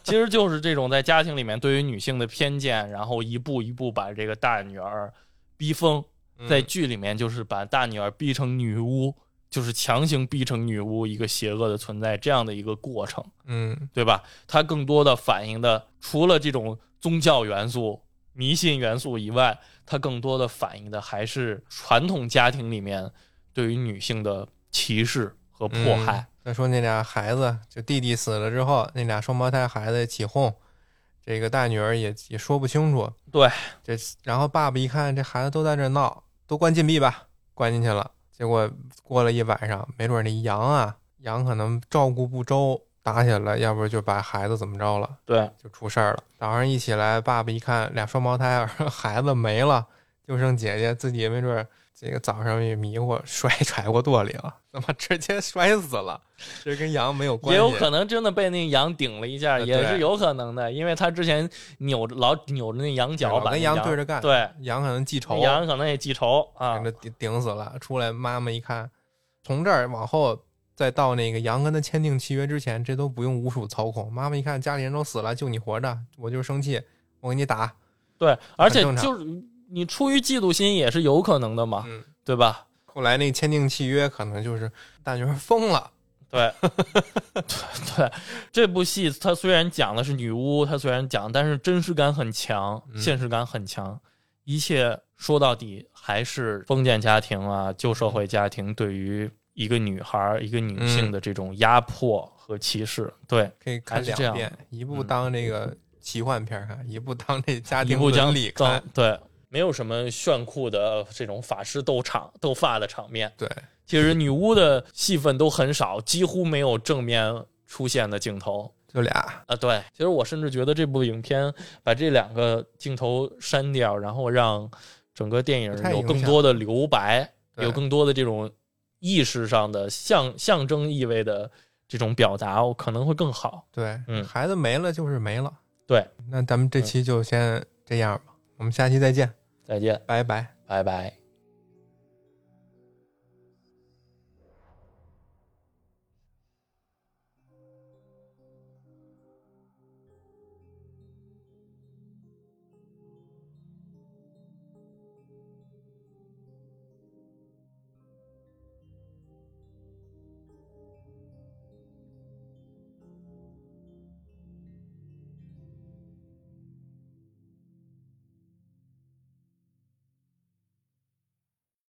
Speaker 3: 其实就是这种在家庭里面对于女性的偏见，然后一步一步把这个大女儿逼疯。
Speaker 1: 嗯
Speaker 3: 在剧里面就是把大女儿逼成女巫，就是强行逼成女巫一个邪恶的存在这样的一个过程，
Speaker 1: 嗯
Speaker 3: 对吧？它更多的反映的除了这种宗教元素、迷信元素以外，它更多的反映的还是传统家庭里面对于女性的歧视和迫害。
Speaker 1: 嗯再说那俩孩子，就弟弟死了之后，那俩双胞胎孩子起哄，这个大女儿也也说不清楚。
Speaker 3: 对，
Speaker 1: 这然后爸爸一看这孩子都在这闹，都关禁闭吧，关进去了。结果过了一晚上，没准那羊啊，羊可能照顾不周，打起来了，要不就把孩子怎么着了，
Speaker 3: 对
Speaker 1: 就出事儿了。早上一起来，爸爸一看俩双胞胎儿孩子没了，就剩姐姐自己，没准儿这个早上也迷糊，摔揣过垛里了，他妈直接摔死了， *laughs* 这跟羊没有关
Speaker 3: 也
Speaker 1: 系。
Speaker 3: 有可能真的被那羊顶了一下，
Speaker 1: 呃
Speaker 3: 也
Speaker 1: 对
Speaker 3: 是有可能的，因为他之前扭着老扭着那羊角，
Speaker 1: 老
Speaker 3: 把
Speaker 1: 跟
Speaker 3: 那
Speaker 1: 羊 *laughs* 对着干，
Speaker 3: 对，
Speaker 1: 羊可能记仇，
Speaker 3: 羊可能也记仇啊
Speaker 1: 给，他顶顶死了。出来妈妈一看，从这儿往后再到那个羊跟他签订契约之前，这都不用吴楚操控。妈妈一看家里人都死了，就你活着，我就是生气，我给你打。
Speaker 3: 对，而且
Speaker 1: 正常
Speaker 3: 就是你出于嫉妒心也是有可能的嘛，
Speaker 1: 嗯
Speaker 3: 对吧？
Speaker 1: 后来那签订契约可能就是大女儿疯了，
Speaker 3: 对， *laughs* 对对，这部戏它虽然讲的是女巫，它虽然讲，但是真实感很强，
Speaker 1: 嗯
Speaker 3: 现实感很强，一切说到底还是封建家庭啊、旧社会家庭对于一个女孩儿、一个女
Speaker 1: 嗯
Speaker 3: 性的这种压迫和歧视。对，
Speaker 1: 可以看
Speaker 3: 还是这
Speaker 1: 两
Speaker 3: 样
Speaker 1: 遍，一部
Speaker 3: 嗯
Speaker 1: 当这个奇幻片儿看，一部当这家
Speaker 3: 一
Speaker 1: 庭
Speaker 3: 部
Speaker 1: 伦
Speaker 3: 讲
Speaker 1: 理
Speaker 3: 讲
Speaker 1: 看。
Speaker 3: 对，没有什么炫酷的这种法师斗场、斗法的场面。
Speaker 1: 对，
Speaker 3: 其实女巫的戏份都很少，几乎没有正面出现的镜头
Speaker 1: 就俩，
Speaker 3: 啊。对，其实我甚至觉得这部影片把这两个镜头删掉，然后让整个电影
Speaker 1: 不太
Speaker 3: 有
Speaker 1: 影
Speaker 3: 更
Speaker 1: 响
Speaker 3: 多的留白，
Speaker 1: 对
Speaker 3: 有更多的这种意识上的象象征意味的这种表达，可能会更好。
Speaker 1: 对，
Speaker 3: 嗯
Speaker 1: 孩子没了就是没了。
Speaker 3: 对，
Speaker 1: 那咱们这期就先这样吧，我们下期再见，
Speaker 3: 再见，
Speaker 1: 拜拜。
Speaker 3: 拜拜。